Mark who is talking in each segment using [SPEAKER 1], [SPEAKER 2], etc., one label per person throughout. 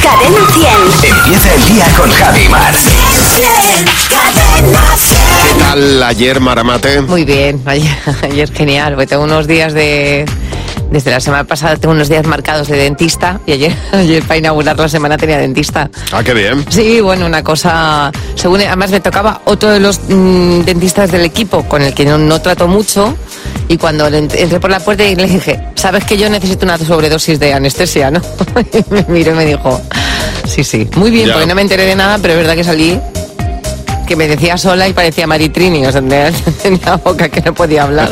[SPEAKER 1] Cadena 100.
[SPEAKER 2] Empieza el día con Javi Mar.
[SPEAKER 1] Cadena 100.
[SPEAKER 3] ¿Qué tal ayer, Maramate?
[SPEAKER 4] Muy bien, ayer, ayer genial, porque tengo unos días de... Desde la semana pasada tengo unos días marcados de dentista y ayer, ayer para inaugurar la semana tenía dentista.
[SPEAKER 3] Ah, qué bien.
[SPEAKER 4] Sí, bueno, una cosa, según, además me tocaba otro de los mm, dentistas del equipo con el que no, no trato mucho y cuando le ent- entré por la puerta y le dije, sabes que yo necesito una sobredosis de anestesia, ¿no? Y me miró y me dijo, sí, sí, muy bien,
[SPEAKER 3] Ya.
[SPEAKER 4] porque no me enteré de nada, pero es verdad que salí que me decía sola y parecía Maritrini, o sea, tenía tenía boca que no podía hablar.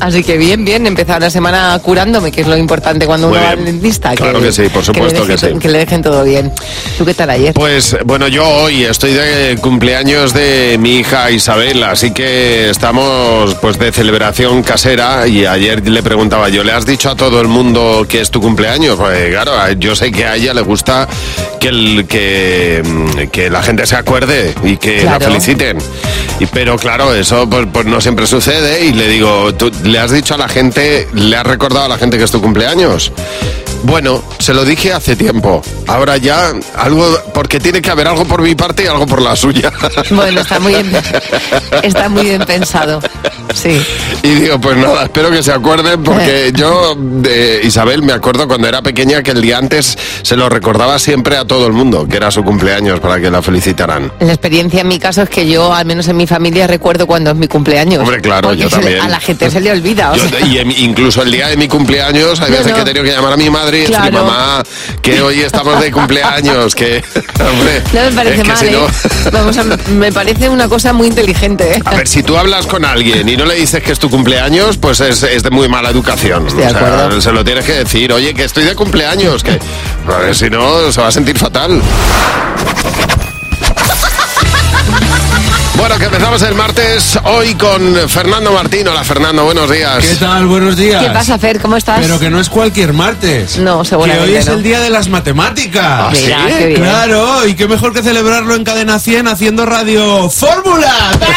[SPEAKER 4] Así que bien, bien, empezar la semana curándome, que es lo importante cuando
[SPEAKER 3] Muy
[SPEAKER 4] uno va
[SPEAKER 3] bien.
[SPEAKER 4] al dentista.
[SPEAKER 3] Claro que sí, por
[SPEAKER 4] le deje
[SPEAKER 3] supuesto que
[SPEAKER 4] to-
[SPEAKER 3] sí.
[SPEAKER 4] Que le dejen todo bien. ¿Tú qué tal ayer?
[SPEAKER 3] Pues bueno, yo hoy estoy de cumpleaños de mi hija Isabel, así que estamos pues de celebración casera y ayer le preguntaba yo, ¿le has dicho a todo el mundo que es tu cumpleaños? Pues claro, a- yo sé que a ella le gusta que, el, que, mm, que la gente se acuerde y que la
[SPEAKER 4] Claro.
[SPEAKER 3] feliciten. Y, pero claro, eso pues, pues no siempre sucede y le digo, ¿tú le has dicho a la gente, le has recordado a la gente que es tu cumpleaños? Bueno, se lo dije hace tiempo. Ahora ya algo, porque tiene que haber algo por mi parte y algo por la suya.
[SPEAKER 4] Bueno, está muy bien, está muy bien pensado. Sí.
[SPEAKER 3] Y digo, pues nada, espero que se acuerden porque yo, de Isabel, me acuerdo cuando era pequeña que el día antes se lo recordaba siempre a todo el mundo, que era su cumpleaños para que la felicitaran.
[SPEAKER 4] La experiencia en mi caso es que yo, al menos en mi familia, recuerdo cuando es mi cumpleaños.
[SPEAKER 3] Hombre, claro,
[SPEAKER 4] Porque
[SPEAKER 3] yo
[SPEAKER 4] se le-
[SPEAKER 3] también.
[SPEAKER 4] A la gente se le olvida. o
[SPEAKER 3] Yo-
[SPEAKER 4] sea.
[SPEAKER 3] y en- incluso el día de mi cumpleaños hay
[SPEAKER 4] No,
[SPEAKER 3] veces
[SPEAKER 4] no.
[SPEAKER 3] que he tenido que llamar a mi madre y decir,
[SPEAKER 4] Claro.
[SPEAKER 3] mamá, que hoy estamos de cumpleaños, que... Hombre,
[SPEAKER 4] No me
[SPEAKER 3] es
[SPEAKER 4] parece
[SPEAKER 3] que
[SPEAKER 4] mal,
[SPEAKER 3] si
[SPEAKER 4] ¿eh?
[SPEAKER 3] no-
[SPEAKER 4] Vamos a- me parece una cosa muy inteligente. ¿eh?
[SPEAKER 3] A ver, si tú hablas con alguien y no le dices que es tu cumpleaños, pues es, es de muy mala educación.
[SPEAKER 4] Estoy de acuerdo.
[SPEAKER 3] se lo tienes que decir, oye, que estoy de cumpleaños, que a ver, si no, se va a sentir fatal. Bueno, que empezamos el martes hoy con Fernando Martín. Hola, Fernando, buenos días.
[SPEAKER 5] ¿Qué tal? Buenos días.
[SPEAKER 4] ¿Qué pasa, Fer? ¿Cómo estás?
[SPEAKER 5] Pero que no es cualquier martes.
[SPEAKER 4] No, seguramente
[SPEAKER 5] Que hoy es
[SPEAKER 4] no.
[SPEAKER 5] el día de las matemáticas.
[SPEAKER 3] ¿Ah, sí?
[SPEAKER 4] Mira, qué bien.
[SPEAKER 5] Claro, y qué mejor que celebrarlo en Cadena 100 haciendo radio Fórmula. ¡Bah!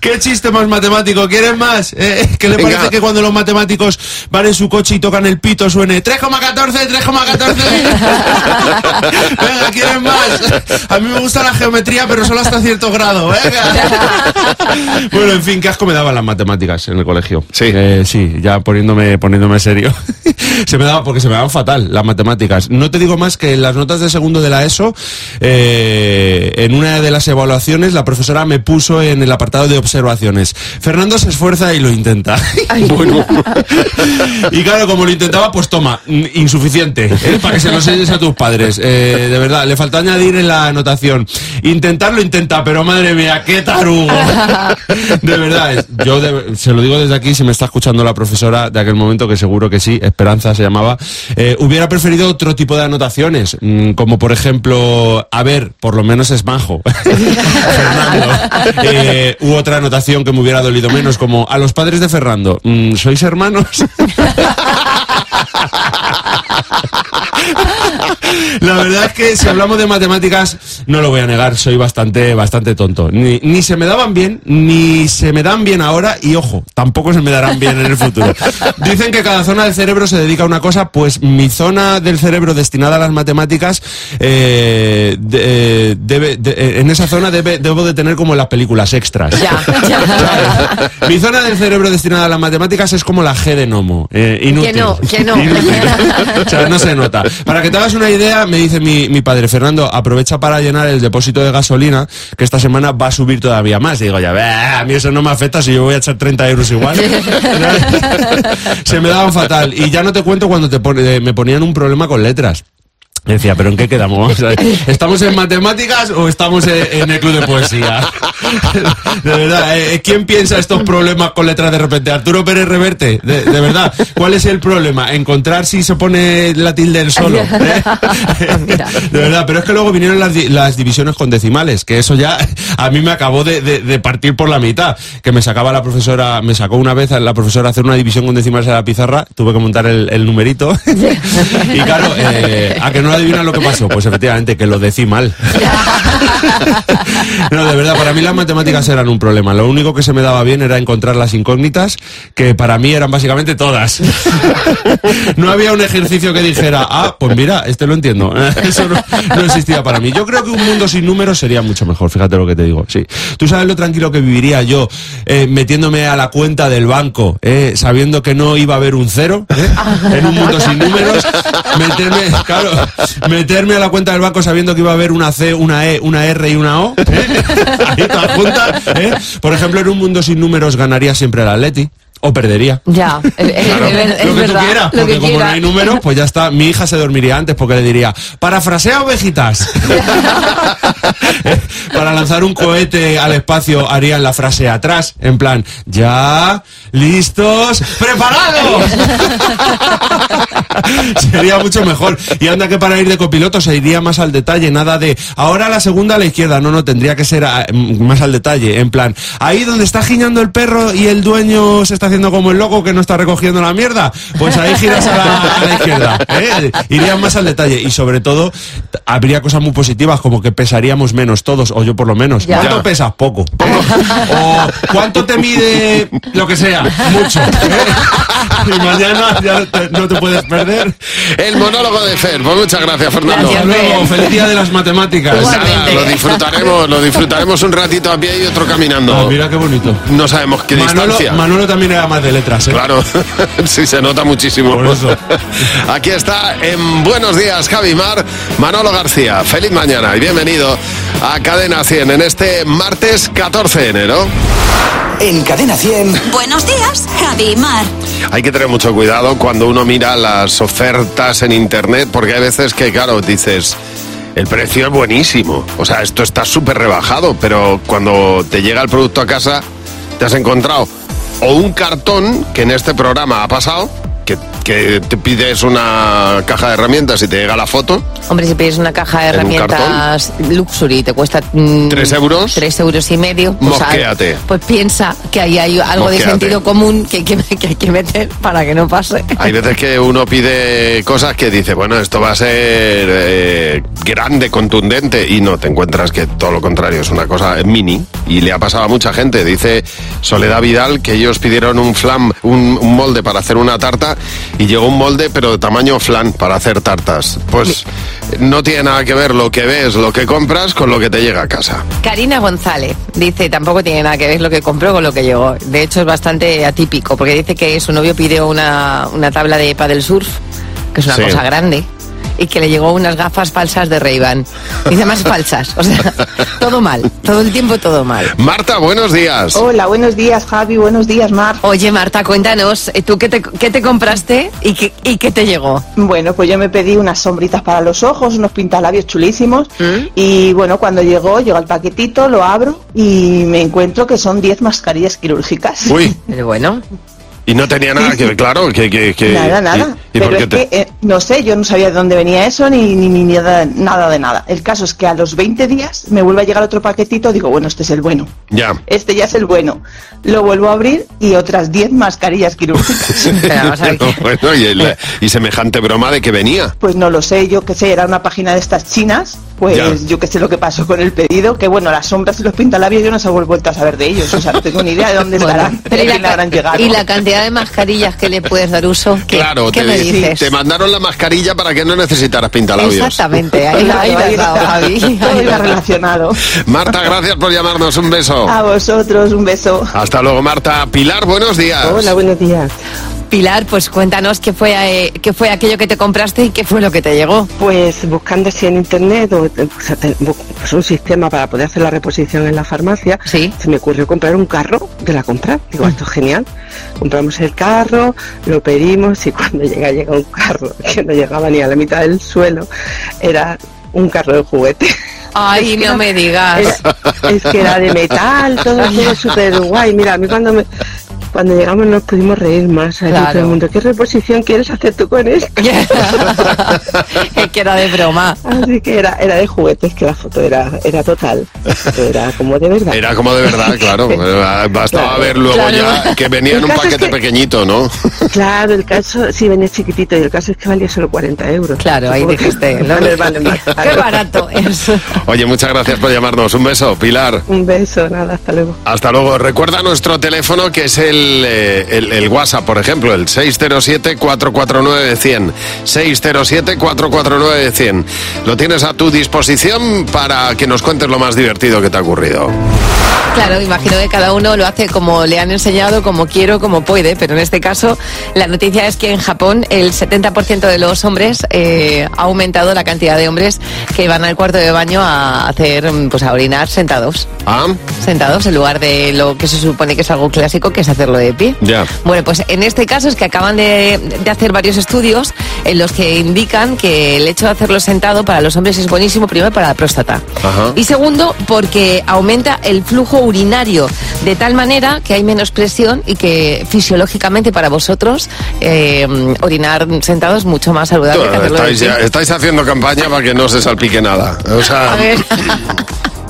[SPEAKER 5] ¿Qué chiste más matemático? ¿Quieren más? Eh, eh, ¿Qué le
[SPEAKER 3] Venga.
[SPEAKER 5] parece que cuando los matemáticos van en su coche y tocan el pito suene 3,14, 3,14? Venga, ¿quieren más? A mí me gusta la geometría, pero solo hasta cierto grado. Venga. Bueno, en fin, qué asco me daban las matemáticas en el colegio.
[SPEAKER 3] Sí.
[SPEAKER 5] Eh, sí, ya poniéndome, poniéndome serio. se me daba, porque se me daban fatal las matemáticas. No te digo más que en las notas de segundo de la ESO, eh, en una de las evaluaciones, la profesora me puso en el apartado de observaciones. Fernando se esfuerza y lo intenta. bueno. y claro, como lo intentaba, pues toma, mm, insuficiente. ¿eh? Para que se lo enseñes a tus padres. Eh, de verdad, le faltó añadir en la anotación. Intentarlo intenta, pero madre mía, qué tarugo. De verdad, es- yo de- se lo digo desde aquí, si me está escuchando la profesora de aquel momento, que seguro que sí, Esperanza se llamaba, eh, hubiera preferido otro tipo de anotaciones, mm, como por ejemplo, a ver, por lo menos es majo. Fernando. Eh, u otra anotación que me hubiera dolido menos, como a los padres de Fernando, mm, ¿sois hermanos? La verdad es que si hablamos de matemáticas, no lo voy a negar, soy bastante, bastante tonto. Ni, ni se me daban bien, ni se me dan bien ahora, y ojo, tampoco se me darán bien en el futuro. Dicen que cada zona del cerebro se dedica a una cosa, pues mi zona del cerebro destinada a las matemáticas, eh, de- eh, debe, de- eh, en esa zona debe- debo de tener como en las películas extras.
[SPEAKER 4] Ya, ya.
[SPEAKER 5] Claro. Mi zona del cerebro destinada a las matemáticas es como la G de Nomo. eh, inútil.
[SPEAKER 4] Que no, que no.
[SPEAKER 5] Inútil. O sea, no se nota. Para que te hagas una idea, me dice mi, mi padre, Fernando, aprovecha para llenar el depósito de gasolina, que esta semana va a subir todavía más. Y digo, ya, "Bah, a mí eso no me afecta si yo voy a echar 30 euros igual. se me daban fatal. Y ya no te cuento cuando te pone- eh, me ponían un problema con letras. Y Decía, ¿pero en qué quedamos? O sea, ¿Estamos en matemáticas o estamos en en el club de poesía? De verdad, eh, ¿quién piensa estos problemas con letras de repente? Arturo Pérez Reverte, de, de verdad, ¿cuál es el problema? Encontrar si se pone la tilde en solo. ¿eh?
[SPEAKER 4] Mira.
[SPEAKER 5] De verdad, pero es que luego vinieron las, di- las divisiones con decimales, que eso ya a mí me acabó de, de- de partir por la mitad, que me sacaba la profesora, me sacó una vez a la profesora a hacer una división con decimales a la pizarra, tuve que montar el, el numerito. y claro, eh, a que no no adivinan lo que pasó. Pues efectivamente, que lo decí mal. No, de verdad, para mí las matemáticas eran un problema. Lo único que se me daba bien era encontrar las incógnitas, que para mí eran básicamente todas. No había un ejercicio que dijera, ah, pues mira, este lo entiendo. Eso no, no existía para mí. Yo creo que un mundo sin números sería mucho mejor, fíjate lo que te digo. Sí. Tú sabes lo tranquilo que viviría yo eh, metiéndome a la cuenta del banco, eh, sabiendo que no iba a haber un cero, ¿eh? en un mundo sin números, meterme, claro, meterme a la cuenta del banco sabiendo que iba a haber una C, una E, una R y una O. ¿eh? Ahí todas juntas, ¿eh? Por ejemplo, en un mundo sin números ganaría siempre el Atleti. O perdería.
[SPEAKER 4] Ya, es, es-
[SPEAKER 5] Claro,
[SPEAKER 4] es- es
[SPEAKER 5] lo que
[SPEAKER 4] verdad.
[SPEAKER 5] tú quieras,
[SPEAKER 4] lo
[SPEAKER 5] porque
[SPEAKER 4] que
[SPEAKER 5] como no
[SPEAKER 4] quiera.
[SPEAKER 5] hay números, pues ya está. Mi hija se dormiría antes porque le diría, parafrasea ovejitas. ¿Eh? Para lanzar un cohete al espacio harían la frase atrás, en plan, ya, listos, preparados. Sería mucho mejor. Y anda que para ir de copiloto se iría más al detalle, nada de ahora la segunda a la izquierda. No, no, tendría que ser ah, mm, más al detalle. En plan, ahí donde está giñando el perro y el dueño se está haciendo como el loco que no está recogiendo la mierda, pues ahí giras a la, a la izquierda. ¿eh? Irían más al detalle. Y sobre todo, t- habría cosas muy positivas como que pesaríamos menos todos, o yo por lo menos.
[SPEAKER 4] Ya.
[SPEAKER 5] ¿Cuánto
[SPEAKER 3] Ya.
[SPEAKER 5] pesas? Poco. O cuánto te mide lo que sea. Mucho.
[SPEAKER 3] Pues
[SPEAKER 5] ¿eh? Y mañana ya te- no te puedes perder.
[SPEAKER 3] El monólogo de Fer. Pues muchas gracias, Fernando.
[SPEAKER 5] Hasta
[SPEAKER 4] Gracias.
[SPEAKER 5] luego, feliz día de las matemáticas.
[SPEAKER 3] Pues nada,
[SPEAKER 4] Igualmente.
[SPEAKER 3] lo disfrutaremos, lo disfrutaremos un ratito a pie y otro
[SPEAKER 5] Ah,
[SPEAKER 3] caminando.
[SPEAKER 5] mira qué bonito.
[SPEAKER 3] No sabemos qué
[SPEAKER 5] Manolo,
[SPEAKER 3] distancia.
[SPEAKER 5] Manolo también era más de letras, ¿eh?
[SPEAKER 3] Claro, sí, se nota muchísimo.
[SPEAKER 5] Por eso.
[SPEAKER 3] Aquí está en Buenos Días, Javi Mar, Manolo García. Feliz mañana y bienvenido a Cadena 100 en este martes 14 de enero.
[SPEAKER 2] En Cadena 100.
[SPEAKER 1] Buenos días, Javi y Mar.
[SPEAKER 3] Hay que tener mucho cuidado cuando uno mira las ofertas en internet, porque hay veces que, claro, dices, el precio es buenísimo. O sea, esto está súper rebajado, pero cuando te llega el producto a casa, te has encontrado o un cartón, que en este programa ha pasado, que, que te pides una caja de herramientas y te llega la foto,
[SPEAKER 4] Hombre, si pides una caja de
[SPEAKER 3] ¿En un
[SPEAKER 4] herramientas luxury, te cuesta...
[SPEAKER 3] ¿Tres
[SPEAKER 4] 3
[SPEAKER 3] euros?
[SPEAKER 4] Tres euros y medio. sea,
[SPEAKER 3] Mosquéate.
[SPEAKER 4] pues piensa que ahí hay algo
[SPEAKER 3] Mosquéate.
[SPEAKER 4] de sentido común que hay que, que hay que meter para que no pase.
[SPEAKER 3] Hay veces que uno pide cosas que dice, bueno, esto va a ser eh, grande, contundente, y no, te encuentras que todo lo contrario, es una cosa mini, y le ha pasado a mucha gente. Dice Soledad Vidal que ellos pidieron un flan, un, un molde para hacer una tarta, y llegó un molde, pero de tamaño flan, para hacer tartas. Pues no tiene nada que ver lo que ves, lo que compras, con lo que te llega a casa.
[SPEAKER 4] Karina González dice, tampoco tiene nada que ver lo que compró con lo que llegó. De hecho, es bastante atípico, porque dice que su novio pidió una, una tabla de paddle surf, que es una
[SPEAKER 3] Sí.
[SPEAKER 4] cosa grande, y que le llegó unas gafas falsas de Ray-Ban. Dice, más falsas. O sea, todo mal. Todo el tiempo todo mal.
[SPEAKER 3] Marta, buenos días.
[SPEAKER 6] Hola, buenos días Javi, buenos días Mar.
[SPEAKER 4] Oye, Marta, cuéntanos, eh, ¿tú qué te, qué te compraste y qué, y qué te llegó?
[SPEAKER 6] Bueno, pues yo me pedí unas sombritas para los ojos, unos pintalabios chulísimos y bueno, cuando llegó, llegó el paquetito, lo abro y me encuentro que son 10 mascarillas quirúrgicas.
[SPEAKER 3] Uy,
[SPEAKER 4] Pero bueno,
[SPEAKER 3] y no tenía nada que ver, claro, que... que, que-
[SPEAKER 6] Nada, nada.
[SPEAKER 3] y- y por
[SPEAKER 6] Pero
[SPEAKER 3] qué
[SPEAKER 6] es
[SPEAKER 3] te-
[SPEAKER 6] que, eh, no sé, yo no sabía de dónde venía eso ni, ni, ni nada, nada de nada. El caso es que a los 20 días me vuelve a llegar otro paquetito, digo, bueno, este es el bueno.
[SPEAKER 3] Ya.
[SPEAKER 6] Este ya es el bueno. Lo vuelvo a abrir y otras 10 mascarillas quirúrgicas.
[SPEAKER 4] Pero vamos a ver
[SPEAKER 3] Pero
[SPEAKER 4] qué-
[SPEAKER 3] bueno, y, el- y semejante broma de que venía.
[SPEAKER 6] Pues no lo sé, yo qué sé, era una página de estas chinas, pues
[SPEAKER 3] Ya.
[SPEAKER 6] yo qué sé lo que pasó con el pedido, que bueno, las sombras y los pintalabios yo no se he vuelto a saber de ellos, o sea, no tengo ni idea de dónde estarán,
[SPEAKER 4] bueno. Pero
[SPEAKER 6] de
[SPEAKER 4] y,
[SPEAKER 6] quién
[SPEAKER 4] la,
[SPEAKER 6] habrán
[SPEAKER 4] ca-
[SPEAKER 6] llegado.
[SPEAKER 4] y la cantidad de mascarillas que le puedes dar uso, ¿qué,
[SPEAKER 3] claro,
[SPEAKER 4] ¿qué
[SPEAKER 3] te,
[SPEAKER 4] me
[SPEAKER 3] di-
[SPEAKER 4] dices?
[SPEAKER 3] te mandaron la mascarilla para que no necesitaras pintalabios.
[SPEAKER 4] Exactamente, ahí,
[SPEAKER 6] Claro,
[SPEAKER 4] ahí lo has
[SPEAKER 6] ahí
[SPEAKER 4] dado,
[SPEAKER 6] está.
[SPEAKER 4] Javi. Ahí
[SPEAKER 6] Todo
[SPEAKER 4] lo
[SPEAKER 6] iba
[SPEAKER 4] has dado.
[SPEAKER 6] relacionado.
[SPEAKER 3] Marta, gracias por llamarnos. Un beso.
[SPEAKER 7] Ah,
[SPEAKER 6] A vosotros, un beso.
[SPEAKER 3] Hasta luego, Marta. Pilar, buenos días.
[SPEAKER 6] buenos días.
[SPEAKER 4] Pilar, pues cuéntanos qué fue, eh, qué fue aquello que te compraste y qué fue lo que te llegó.
[SPEAKER 8] Pues buscando así en internet o, eh, pues, ate- bu- pues, un sistema para poder hacer la reposición en la farmacia,
[SPEAKER 4] Sí. Mm.
[SPEAKER 8] se me ocurrió comprar un carro de la compra. Digo, esto es genial. Compramos el carro, lo pedimos y cuando llega, llega un carro que no llegaba ni a la mitad del suelo, era un carro de juguete.
[SPEAKER 4] Ay, no me digas.
[SPEAKER 8] Era- es que era de metal, todo, todo súper guay. Mira, a mí cuando me... Cuando llegamos nos pudimos reír más. Allí
[SPEAKER 4] Claro.
[SPEAKER 8] todo el mundo, ¿qué reposición quieres hacer tú con esto?
[SPEAKER 4] es que era de broma.
[SPEAKER 8] Así que era, era de juguetes, que la foto era, era total. La foto era como de verdad.
[SPEAKER 3] Era como de verdad, claro. Eh, Bastaba
[SPEAKER 8] Claro.
[SPEAKER 3] ver luego
[SPEAKER 4] Claro.
[SPEAKER 3] ya que venía en
[SPEAKER 8] El
[SPEAKER 3] un
[SPEAKER 8] caso es
[SPEAKER 3] paquete
[SPEAKER 8] que-
[SPEAKER 3] pequeñito, ¿no?
[SPEAKER 8] Claro, el caso, sí, venía chiquitito y el caso es que valía solo 40 euros.
[SPEAKER 4] Claro, ahí
[SPEAKER 8] Supongo que-
[SPEAKER 4] dijiste. ¿no?
[SPEAKER 8] Vale, vale, vale.
[SPEAKER 4] Qué barato es.
[SPEAKER 3] Oye, muchas gracias por llamarnos. Un beso, Pilar.
[SPEAKER 8] Un beso, nada, hasta luego.
[SPEAKER 3] Hasta luego. Recuerda nuestro teléfono que es el, eh, el, el WhatsApp, por ejemplo, el 607-449-100. 607-449-100. Lo tienes a tu disposición para que nos cuentes lo más divertido que te ha ocurrido.
[SPEAKER 4] Claro, imagino que cada uno lo hace como le han enseñado, como quiero, como puede, pero en este caso la noticia es que en Japón el 70% de los hombres eh, ha aumentado la cantidad de hombres que van al cuarto de baño a hacer, mm, pues a orinar sentados.
[SPEAKER 3] ¿Ah?
[SPEAKER 4] Sentados en lugar de lo que se supone que es algo clásico, que es hacerlo de pie.
[SPEAKER 3] Ya.
[SPEAKER 4] Bueno, pues en este caso es que acaban de, de hacer varios estudios en los que indican que el hecho de hacerlo sentado para los hombres es buenísimo, primero para la próstata.
[SPEAKER 3] Ajá.
[SPEAKER 4] Y segundo, porque aumenta el flujo urinario, de tal manera que hay menos presión y que fisiológicamente para vosotros eh, orinar sentados es mucho más saludable Pues que hacerlo de
[SPEAKER 3] Estáis,
[SPEAKER 4] pie.
[SPEAKER 3] ya- estáis haciendo campaña para que no se salpique nada. O sea,
[SPEAKER 4] A ver.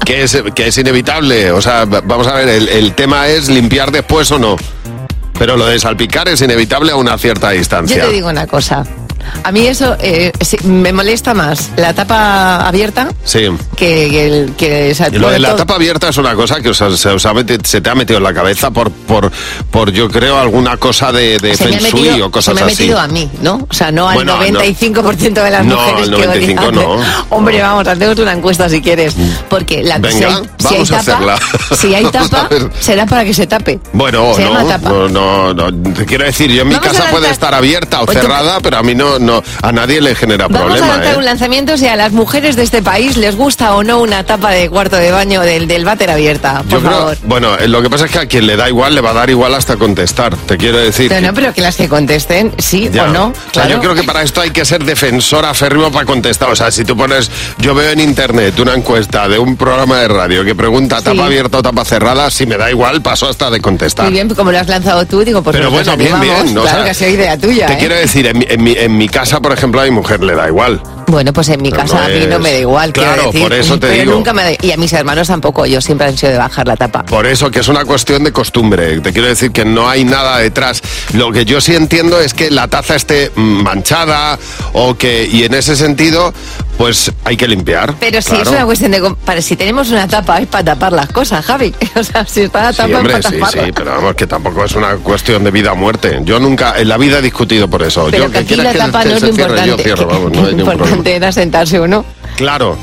[SPEAKER 3] que es, que es inevitable. O sea, va- vamos a ver, el, el tema es limpiar después o no. Pero lo de salpicar es inevitable a una cierta distancia.
[SPEAKER 4] Yo te digo una cosa. A mí eso eh, sí, me molesta más la tapa abierta
[SPEAKER 3] Sí.
[SPEAKER 4] que, que el que o sea,
[SPEAKER 3] Y lo de
[SPEAKER 4] bueno,
[SPEAKER 3] la
[SPEAKER 4] todo-
[SPEAKER 3] tapa abierta es una cosa que os ha- se, os ha meti- se te ha metido en la cabeza por, por, por yo creo, alguna cosa de, de
[SPEAKER 4] se me
[SPEAKER 3] feng
[SPEAKER 4] ha
[SPEAKER 3] shui
[SPEAKER 4] metido,
[SPEAKER 3] o
[SPEAKER 4] se
[SPEAKER 3] cosas
[SPEAKER 4] me ha
[SPEAKER 3] así.
[SPEAKER 4] metido a mí, ¿no? O sea, no al
[SPEAKER 3] Bueno, no.
[SPEAKER 4] 95% de las
[SPEAKER 3] No,
[SPEAKER 4] mujeres
[SPEAKER 3] al
[SPEAKER 4] que
[SPEAKER 3] 95
[SPEAKER 4] odian.
[SPEAKER 3] no. Mm.
[SPEAKER 4] Hombre, vamos, hacemos una encuesta si quieres. Porque la
[SPEAKER 3] Venga,
[SPEAKER 4] si hay, si hay
[SPEAKER 3] vamos a
[SPEAKER 4] tapa,
[SPEAKER 3] hacerla.
[SPEAKER 4] si hay
[SPEAKER 3] Vamos
[SPEAKER 4] tapa,
[SPEAKER 3] a ver.
[SPEAKER 4] será para que se tape.
[SPEAKER 3] Bueno,
[SPEAKER 4] se llama
[SPEAKER 3] no,
[SPEAKER 4] tapa.
[SPEAKER 3] no, no, no. Te quiero decir, yo en mi
[SPEAKER 4] Vamos a
[SPEAKER 3] casa puede
[SPEAKER 4] lanzar-
[SPEAKER 3] estar abierta o
[SPEAKER 4] Oye, tú-
[SPEAKER 3] cerrada, pero a mí no, no, a nadie le genera
[SPEAKER 4] Vamos a
[SPEAKER 3] problema.
[SPEAKER 4] lanzar
[SPEAKER 3] ¿eh?
[SPEAKER 4] un lanzamiento si a las mujeres de este país les gusta o no una tapa de cuarto de baño del, del váter abierta, por
[SPEAKER 3] Yo creo-
[SPEAKER 4] favor.
[SPEAKER 3] bueno, eh, lo que pasa es que a quien le da igual le va a dar igual hasta contestar. Te quiero decir.
[SPEAKER 4] No, no, pero que las que contesten sí
[SPEAKER 3] Ya.
[SPEAKER 4] o no.
[SPEAKER 3] O sea,
[SPEAKER 4] Claro.
[SPEAKER 3] yo creo que para esto hay que ser defensor aférrimo para contestar. O sea, si tú pones, yo veo en internet una encuesta de un programa de radio que pregunta
[SPEAKER 4] Sí.
[SPEAKER 3] tapa abierta o tapa cerrada, si me da igual, paso hasta de contestar.
[SPEAKER 4] Muy bien, como lo has lanzado tú, digo, pues
[SPEAKER 3] Pero
[SPEAKER 4] nos
[SPEAKER 3] bueno, bien,
[SPEAKER 4] animamos.
[SPEAKER 3] bien. o
[SPEAKER 4] claro
[SPEAKER 3] sea,
[SPEAKER 4] que ha sido idea tuya.
[SPEAKER 3] Te
[SPEAKER 4] ¿eh?
[SPEAKER 3] quiero decir, en mi, en mi- en mi casa, por ejemplo, a mi mujer le da igual.
[SPEAKER 4] Bueno, pues en mi
[SPEAKER 3] Pero
[SPEAKER 4] casa
[SPEAKER 3] no
[SPEAKER 4] a mí no
[SPEAKER 3] es-
[SPEAKER 4] me da igual, quiero
[SPEAKER 3] Claro,
[SPEAKER 4] decir,
[SPEAKER 3] por eso te
[SPEAKER 4] pero
[SPEAKER 3] digo.
[SPEAKER 4] nunca me da- y a mis hermanos tampoco, ellos siempre han sido de bajar la tapa.
[SPEAKER 3] Por eso que es una cuestión de costumbre. Te quiero decir que no hay nada detrás. Lo que yo sí entiendo es que la taza esté mm, manchada o que y en ese sentido pues hay que limpiar.
[SPEAKER 4] Pero si es
[SPEAKER 3] claro.
[SPEAKER 4] una cuestión de... com- Para, si tenemos una tapa es para tapar las cosas, Javi. O sea, si está la
[SPEAKER 3] Sí,
[SPEAKER 4] tapa es
[SPEAKER 3] hombre,
[SPEAKER 4] para
[SPEAKER 3] sí,
[SPEAKER 4] taparla.
[SPEAKER 3] sí, pero vamos, que tampoco es una cuestión de vida o muerte. Yo nunca en la vida he discutido por eso.
[SPEAKER 4] Pero
[SPEAKER 3] yo
[SPEAKER 4] que aquí
[SPEAKER 3] quiera
[SPEAKER 4] la
[SPEAKER 3] que
[SPEAKER 4] tapa no es
[SPEAKER 3] se
[SPEAKER 4] lo
[SPEAKER 3] cierre,
[SPEAKER 4] importante.
[SPEAKER 3] Yo cierro,
[SPEAKER 4] que-
[SPEAKER 3] vamos,
[SPEAKER 4] que
[SPEAKER 3] no hay
[SPEAKER 4] lo
[SPEAKER 3] ningún
[SPEAKER 4] importante
[SPEAKER 3] problema.
[SPEAKER 4] era sentarse o no.
[SPEAKER 3] Claro,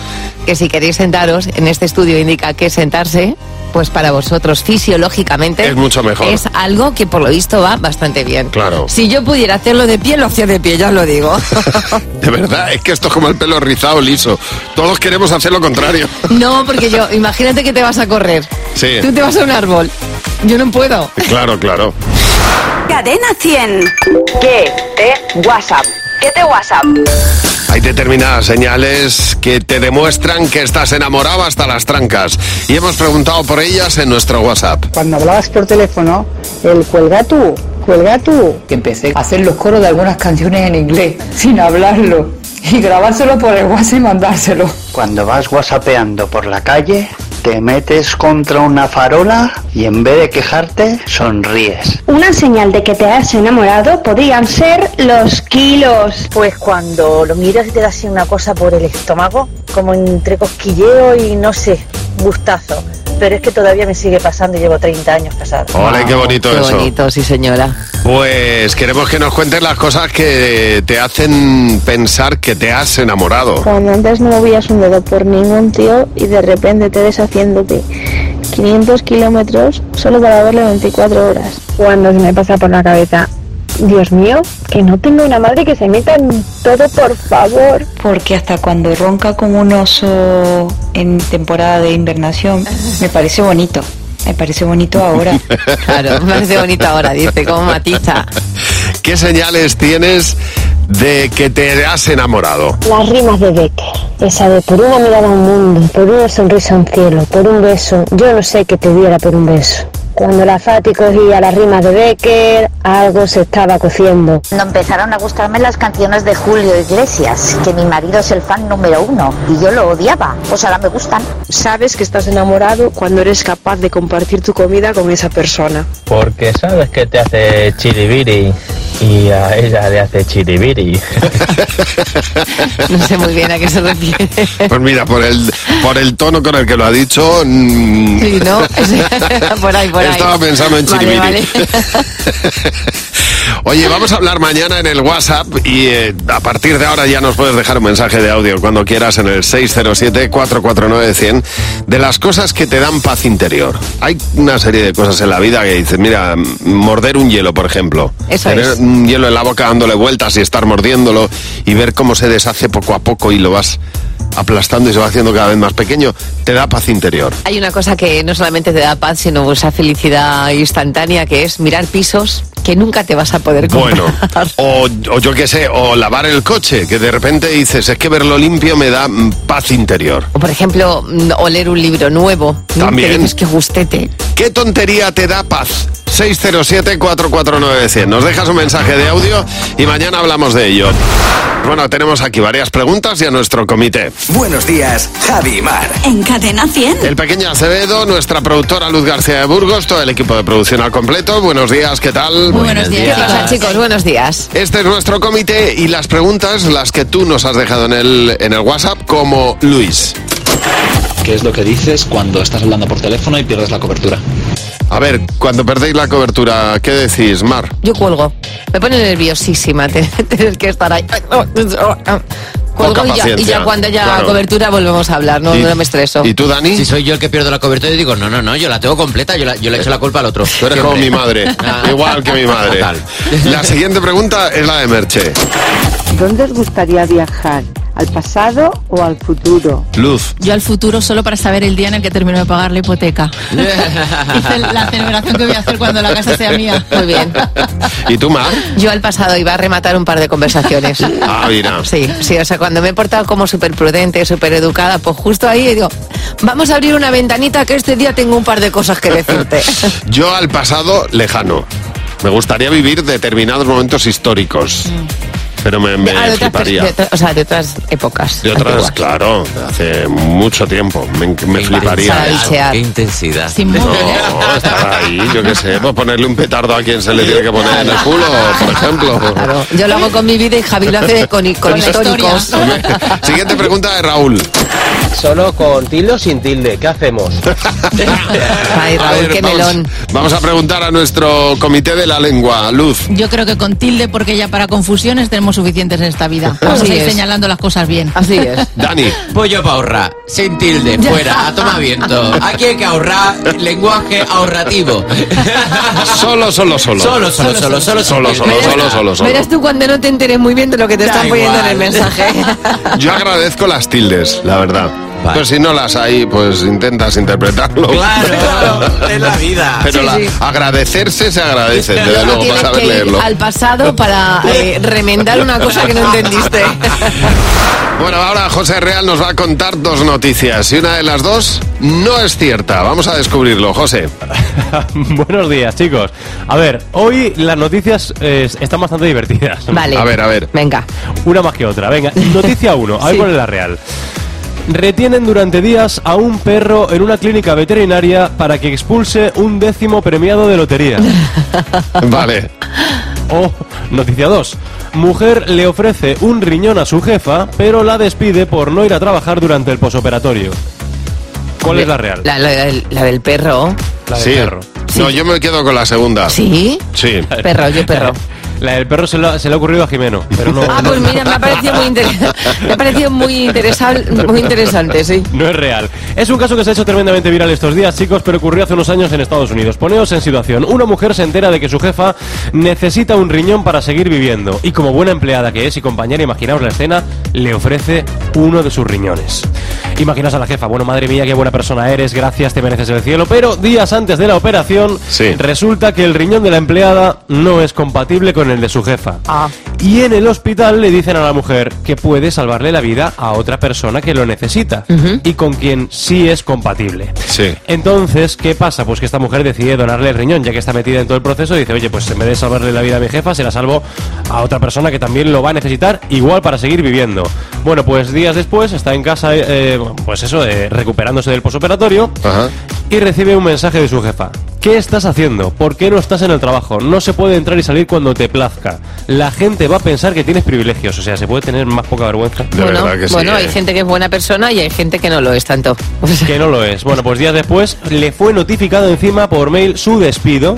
[SPEAKER 4] Que si queréis sentaros, en este estudio indica que sentarse, pues para vosotros fisiológicamente...
[SPEAKER 3] Es mucho mejor.
[SPEAKER 4] Es algo que por lo visto va bastante bien.
[SPEAKER 3] Claro.
[SPEAKER 4] Si yo pudiera hacerlo de pie, lo hacía de pie, ya os lo digo.
[SPEAKER 3] de verdad, es que esto es como el pelo rizado liso. Todos queremos hacer lo contrario.
[SPEAKER 4] No, porque yo, imagínate que te vas a correr.
[SPEAKER 3] Sí.
[SPEAKER 4] Tú te vas a un árbol. Yo no puedo.
[SPEAKER 3] Claro, claro.
[SPEAKER 1] Cadena 100.
[SPEAKER 9] ¿Qué te WhatsApp? ¿Qué te WhatsApp?
[SPEAKER 3] Hay determinadas señales que te demuestran que estás enamorado hasta las trancas. Y hemos preguntado por ellas en nuestro WhatsApp.
[SPEAKER 10] cuando hablabas por teléfono, el cuelga tú, cuelga tú. Que empecé a hacer los coros de algunas canciones en inglés, sin hablarlo, y grabárselo por el WhatsApp y mandárselo.
[SPEAKER 11] Cuando vas whatsappeando por la calle, te metes contra una farola y en vez de quejarte, sonríes.
[SPEAKER 9] Una señal de que te has enamorado podrían ser los kilos. Pues cuando lo miras y te da así una cosa por el estómago, como entre cosquilleo y no sé, gustazo. Pero es que todavía me sigue pasando, llevo 30 años casada.
[SPEAKER 3] Ole, qué bonito
[SPEAKER 4] Qué
[SPEAKER 3] eso.
[SPEAKER 4] bonito, sí señora.
[SPEAKER 3] Pues queremos que nos cuentes las cosas que te hacen pensar que te has enamorado.
[SPEAKER 12] Cuando antes no movías un dedo por ningún tío y de repente te ves haciéndote 500 kilómetros solo para verle 24 horas.
[SPEAKER 9] Cuando se me pasa por la cabeza, Dios mío, que no tengo una madre que se meta en todo, por favor.
[SPEAKER 12] Porque hasta cuando ronca como un oso en temporada de invernación, me parece bonito. Me parece bonito ahora.
[SPEAKER 4] Claro, me parece bonito ahora, dice, como matiza.
[SPEAKER 3] ¿Qué señales tienes de que te has enamorado?
[SPEAKER 9] Las rimas de Becker, esa de por una mirada a un mundo, por una sonrisa a un cielo, por un beso, yo no sé qué te diera por un beso.
[SPEAKER 13] Cuando la Fati cogía las rimas de Becker, algo se estaba cociendo.
[SPEAKER 14] Cuando empezaron a gustarme las canciones de Julio Iglesias, que mi marido es el fan número uno y yo lo odiaba, pues ahora me gustan.
[SPEAKER 15] Sabes que estás enamorado cuando eres capaz de compartir tu comida con esa persona.
[SPEAKER 16] Porque sabes que te hace chiribiri y a ella le hace chiribiri.
[SPEAKER 4] No sé muy bien a qué se refiere.
[SPEAKER 3] Pues mira, por el, por el tono con el que lo ha dicho. mm,
[SPEAKER 4] Sí, ¿no? por ahí, por ahí.
[SPEAKER 3] Estaba pensando en
[SPEAKER 4] Vale,
[SPEAKER 3] Chiribiri.
[SPEAKER 4] vale.
[SPEAKER 3] Oye, vamos a hablar mañana en el WhatsApp y eh, a partir de ahora ya nos puedes dejar un mensaje de audio cuando quieras en el 607-449-100 de las cosas que te dan paz interior. Hay una serie de cosas en la vida que dices, mira, m- morder un hielo, por ejemplo.
[SPEAKER 17] Eso
[SPEAKER 3] Tener
[SPEAKER 17] es.
[SPEAKER 3] un hielo en la boca dándole vueltas y estar mordiéndolo y ver cómo se deshace poco a poco y lo vas aplastando y se va haciendo cada vez más pequeño, te da paz interior.
[SPEAKER 4] Hay una cosa que no solamente te da paz, sino esa felicidad instantánea, que es mirar pisos que nunca te vas a poder comprar.
[SPEAKER 3] Bueno, o, o yo qué sé, o lavar el coche, que de repente dices, es que verlo limpio me da mm, paz interior.
[SPEAKER 4] O, por ejemplo, mm, o leer un libro nuevo. ¿no?
[SPEAKER 3] También.
[SPEAKER 4] Que dices que gustete.
[SPEAKER 3] ¿Qué tontería te da paz? 607-449-100. Nos dejas un mensaje de audio y mañana hablamos de ello. Bueno, tenemos aquí varias preguntas y a nuestro comité.
[SPEAKER 2] Buenos días, Javi y Mar.
[SPEAKER 1] En Cadena 100.
[SPEAKER 3] El pequeño Acevedo, nuestra productora Luz García de Burgos, todo el equipo de producción al completo. Buenos días, ¿qué tal?
[SPEAKER 4] Buenos días. ¿Qué pasa, chicos? Buenos días.
[SPEAKER 3] Este es nuestro comité y las preguntas, las que tú nos has dejado en el, en el WhatsApp, como Luis.
[SPEAKER 18] ¿Qué es lo que dices cuando estás hablando por teléfono y pierdes la cobertura?
[SPEAKER 3] A ver, cuando perdéis la cobertura, ¿qué decís, Mar?
[SPEAKER 4] Yo cuelgo. Me pone nerviosísima te- tener que estar ahí. ah. Cuelgo y ya, y
[SPEAKER 19] paciencia,
[SPEAKER 4] ya cuando haya
[SPEAKER 19] claro.
[SPEAKER 4] cobertura volvemos a hablar, no, no me estreso.
[SPEAKER 19] Si soy yo el que pierdo la cobertura, yo digo, no, no, no, yo la tengo completa, yo, la- yo le echo la culpa al otro. Ah.
[SPEAKER 3] Tú eres como mi madre, ah, igual que mi madre.
[SPEAKER 19] Total.
[SPEAKER 3] La siguiente pregunta es la de Merche.
[SPEAKER 20] ¿Dónde os gustaría viajar? ¿Al pasado o al futuro?
[SPEAKER 3] Luz.
[SPEAKER 21] Yo al futuro solo para saber el día en el que termino de pagar la hipoteca. Hice la celebración que voy a hacer cuando la casa sea mía.
[SPEAKER 4] Muy bien.
[SPEAKER 3] ¿Y tú, Mar?
[SPEAKER 4] Yo al pasado iba a rematar un par de conversaciones.
[SPEAKER 3] Ah, mira.
[SPEAKER 4] Sí, sí, o sea, cuando me he portado como súper prudente, súper educada, pues justo ahí digo, vamos a abrir una ventanita que este día tengo un par de cosas que decirte.
[SPEAKER 3] Yo al pasado lejano. Me gustaría vivir determinados momentos históricos. Pero me, me
[SPEAKER 4] Mm. Ah, de otras
[SPEAKER 3] fliparía.
[SPEAKER 4] pers- de otra- o sea, de otras épocas.
[SPEAKER 3] De otras, claro, de hace mucho tiempo. Me, me fliparía.
[SPEAKER 4] Para bichear. Qué
[SPEAKER 3] intensidad.
[SPEAKER 4] Sin
[SPEAKER 3] no,
[SPEAKER 4] móvil,
[SPEAKER 3] estar ahí, yo qué sé, pues ponerle un petardo a quien se le tiene que poner en el culo, por ejemplo.
[SPEAKER 4] Yo lo hago con mi vida y Javi lo hace con, con históricos.
[SPEAKER 3] Siguiente pregunta de Raúl.
[SPEAKER 16] Solo con tilde o sin tilde, ¿qué hacemos?
[SPEAKER 4] Ay,
[SPEAKER 3] A
[SPEAKER 4] Raúl,
[SPEAKER 3] ver,
[SPEAKER 4] qué
[SPEAKER 3] vamos-
[SPEAKER 4] melón.
[SPEAKER 3] Vamos a preguntar a nuestro comité de la lengua, Luz.
[SPEAKER 21] Yo creo que con tilde, porque ya para confusiones tenemos suficientes en esta vida. Vamos
[SPEAKER 19] Así
[SPEAKER 21] a ir
[SPEAKER 19] es.
[SPEAKER 21] señalando las cosas bien.
[SPEAKER 4] Así es.
[SPEAKER 3] Dani.
[SPEAKER 19] Pollo para ahorrar, sin tilde, fuera, a toma viento. Aquí hay que ahorrar lenguaje ahorrativo.
[SPEAKER 3] Solo, solo, solo.
[SPEAKER 19] Solo, solo, solo, solo,
[SPEAKER 3] solo, solo, solo, solo, solo.
[SPEAKER 4] Verás tú cuando no te enteres muy bien de lo que te
[SPEAKER 19] Da
[SPEAKER 4] están poniendo en el
[SPEAKER 19] igual.
[SPEAKER 4] mensaje.
[SPEAKER 3] Yo agradezco las tildes, la verdad. Pero si no las hay, pues intentas interpretarlo.
[SPEAKER 19] Claro, es la vida.
[SPEAKER 3] Pero
[SPEAKER 4] Sí,
[SPEAKER 3] la-
[SPEAKER 4] sí.
[SPEAKER 3] agradecerse se agradece, desde
[SPEAKER 4] Luego
[SPEAKER 3] luego, para
[SPEAKER 4] tienes
[SPEAKER 3] saber
[SPEAKER 4] que ir
[SPEAKER 3] leerlo.
[SPEAKER 4] al pasado para eh, remendar una cosa que no entendiste.
[SPEAKER 3] Bueno, ahora José Real nos va a contar dos noticias y una de las dos no es cierta. Vamos a descubrirlo, José.
[SPEAKER 22] Buenos días, chicos. A ver, hoy las noticias eh, están bastante divertidas.
[SPEAKER 4] Vale. A ver, a
[SPEAKER 3] ver.
[SPEAKER 4] Venga.
[SPEAKER 22] Una más que otra. Venga, noticia 1. A ver
[SPEAKER 4] Sí.
[SPEAKER 22] cuál es la real. Retienen durante días a un perro en una clínica veterinaria para que expulse un décimo premiado de lotería.
[SPEAKER 3] vale.
[SPEAKER 22] Oh, noticia 2. Mujer le ofrece un riñón a su jefa, pero la despide por no ir a trabajar durante el posoperatorio. ¿Cuál es la real?
[SPEAKER 4] La, la- la- la del perro.
[SPEAKER 22] La del
[SPEAKER 3] Sí.
[SPEAKER 22] perro.
[SPEAKER 3] No, yo me quedo con la segunda.
[SPEAKER 4] ¿Sí?
[SPEAKER 3] Sí.
[SPEAKER 4] Perro, yo perro.
[SPEAKER 22] La del perro se, lo- se le ha ocurrido a Jimeno, pero no,
[SPEAKER 4] Ah, pues mira, me ha parecido muy, inter- me ha parecido muy, interesal- muy interesante, sí.
[SPEAKER 22] no es real. Es un caso que se ha hecho tremendamente viral estos días, chicos, pero ocurrió hace unos años en Estados Unidos. Poneos en situación. Una mujer se entera de que su jefa necesita un riñón para seguir viviendo. Y como buena empleada que es y compañera, imaginaos la escena, le ofrece uno de sus riñones. Imaginaos a la jefa, bueno, madre mía, qué buena persona eres, gracias, te mereces el cielo. Pero días antes de la operación, resulta que el riñón de la empleada no es compatible con el de su jefa. Y en el hospital le dicen a la mujer que puede salvarle la vida a otra persona que lo necesita y con quien sí es compatible.
[SPEAKER 3] Sí.
[SPEAKER 22] Entonces, ¿qué pasa? Pues que esta mujer decide donarle el riñón, ya que está metida en todo el proceso, y dice, oye, pues en vez de salvarle la vida a mi jefa, se la salvo a otra persona que también lo va a necesitar igual para seguir viviendo. Bueno, pues días después está en casa, eh, eh, pues eso, eh, recuperándose del posoperatorio, y recibe un mensaje de su jefa. ¿Qué estás haciendo? ¿Por qué no estás en el trabajo? No se puede entrar y salir cuando te plazca. La gente va a pensar que tienes privilegios, o sea, se puede tener más poca vergüenza. De
[SPEAKER 4] bueno, bueno,
[SPEAKER 3] eh.
[SPEAKER 4] hay gente que eh. es buena persona y hay gente que no lo es tanto.
[SPEAKER 22] que no lo es. Bueno, pues días después le fue notificado encima por mail su despido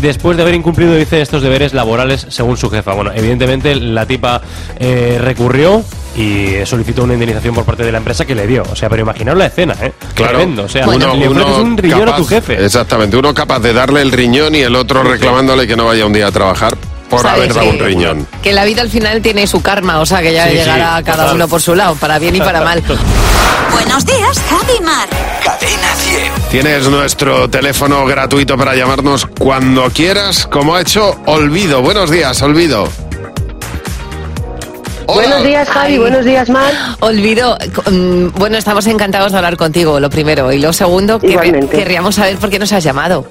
[SPEAKER 22] después de haber incumplido, dice, estos deberes laborales según su jefa. Bueno, evidentemente la tipa eh, recurrió y solicitó una indemnización por parte de la empresa que le dio. O sea, pero imaginaos la escena, ¿eh?
[SPEAKER 3] Claro,
[SPEAKER 22] Tremendo. O sea,
[SPEAKER 3] uno,
[SPEAKER 22] le ofreces
[SPEAKER 3] uno
[SPEAKER 22] un riñón a tu
[SPEAKER 3] capaz-
[SPEAKER 22] jefe.
[SPEAKER 3] Exactamente, uno capaz de darle el riñón y el otro reclamándole que no vaya un día a trabajar por
[SPEAKER 4] ¿Sabes?
[SPEAKER 3] haber dado
[SPEAKER 4] Sí.
[SPEAKER 3] un riñón.
[SPEAKER 4] Que la vida al final tiene su karma, o sea, que ya
[SPEAKER 3] Sí, sí,
[SPEAKER 4] llegará cada
[SPEAKER 3] total.
[SPEAKER 4] uno por su lado, para bien y para mal.
[SPEAKER 1] Buenos días, Javi Mar.
[SPEAKER 3] Tienes nuestro teléfono gratuito para llamarnos cuando quieras, como ha hecho Olvido. Buenos días, Olvido.
[SPEAKER 4] Buenos días, Javi. Buenos días, Mar. Olvido. mm, Bueno, estamos encantados de hablar contigo, lo primero. Y lo segundo, que
[SPEAKER 17] Igualmente.
[SPEAKER 4] querríamos saber por qué nos has llamado.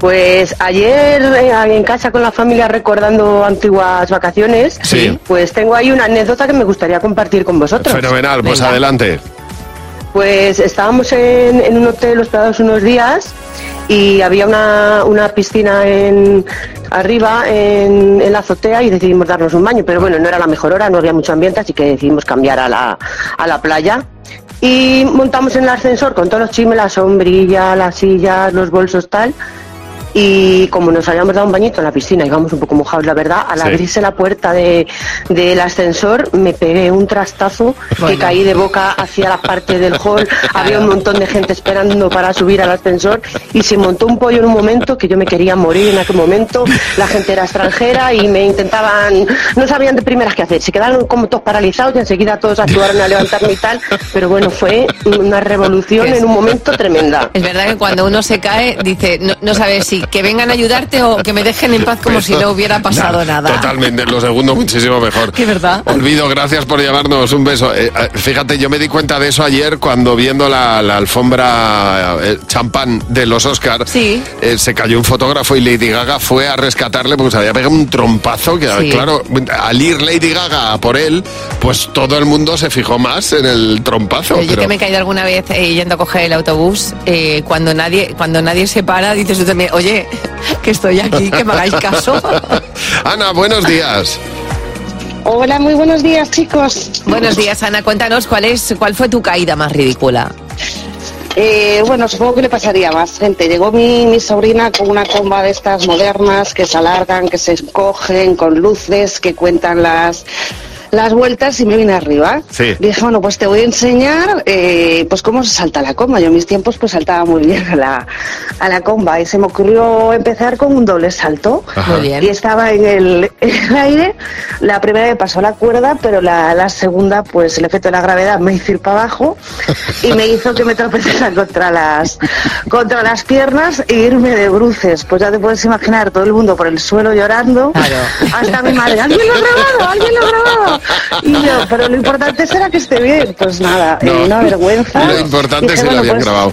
[SPEAKER 17] Pues ayer eh, en casa con la familia recordando antiguas vacaciones,
[SPEAKER 3] Sí.
[SPEAKER 17] pues tengo ahí una anécdota que me gustaría compartir con vosotros.
[SPEAKER 3] Fenomenal, pues adelante.
[SPEAKER 17] Pues estábamos en, en un hotel los Prados unos días y había una, una piscina en arriba en, en la azotea y decidimos darnos un baño, pero bueno, no era la mejor hora, no había mucho ambiente, así que decidimos cambiar a la, a la playa. Y montamos en el ascensor con todos los chismes, la sombrilla, las sillas, los bolsos, tal. Y como nos habíamos dado un bañito en la piscina, íbamos un poco mojados, la verdad, al
[SPEAKER 7] Sí.
[SPEAKER 17] abrirse la puerta de- del ascensor me pegué un trastazo que
[SPEAKER 7] Bueno.
[SPEAKER 17] caí de boca hacia la parte del hall. Había un montón de gente esperando para subir al ascensor y se montó un pollo en un momento que yo me quería morir en aquel momento. La gente era extranjera y me intentaban, no sabían de primeras qué hacer. Se quedaron como todos paralizados y enseguida todos ayudaron a levantarme y tal. Pero bueno, fue una revolución en un momento tremenda.
[SPEAKER 4] Es verdad que cuando uno se cae, dice, no, no sabes si que vengan a ayudarte o que me dejen en paz como si no hubiera pasado nada.
[SPEAKER 3] Totalmente, lo segundo muchísimo mejor.
[SPEAKER 4] Que verdad.
[SPEAKER 3] Olvido, gracias por llamarnos. Un beso. Eh, eh, fíjate, yo me di cuenta de eso ayer cuando viendo la, la alfombra eh, champán de los Oscars. se cayó un fotógrafo y Lady Gaga fue a rescatarle porque se había pegado un trompazo. Que,
[SPEAKER 23] Sí.
[SPEAKER 3] claro, al ir Lady Gaga a por él, pues todo el mundo se fijó más en el trompazo.
[SPEAKER 4] Pero yo
[SPEAKER 3] pero-
[SPEAKER 4] que me he caído alguna vez eh, yendo a coger el autobús, eh, cuando nadie cuando nadie se para, dices tú también, oye, que estoy aquí, que me hagáis caso.
[SPEAKER 3] Ana, buenos días.
[SPEAKER 4] Hola, muy buenos días, chicos. Buenos días, Ana. Cuéntanos cuál es cuál fue tu caída más ridícula.
[SPEAKER 7] Eh, bueno, supongo que le pasaría a más gente. Llegó mi, mi sobrina con una comba de estas modernas que se alargan, que se encogen, con luces, que cuentan las las vueltas y me vine arriba. Sí. Dije, bueno, pues te voy a enseñar eh, pues cómo se salta la comba. Yo en mis tiempos pues saltaba muy bien a la, a la comba y se me ocurrió empezar con un doble salto. Ajá. Muy bien. Y estaba en el, en el aire. La primera me pasó la cuerda, pero la, la segunda pues el efecto de la gravedad me hizo ir para abajo y me hizo que me tropezara contra las contra las piernas e irme de bruces. Pues ya te puedes imaginar todo el mundo por el suelo llorando. Hasta mi madre, alguien lo ha grabado, alguien lo ha grabado. Y yo, pero lo importante será que esté bien. Pues nada, eh, una vergüenza.
[SPEAKER 3] Lo importante
[SPEAKER 7] Dije,
[SPEAKER 3] es que lo
[SPEAKER 7] bueno,
[SPEAKER 3] habían
[SPEAKER 7] pues,
[SPEAKER 3] grabado.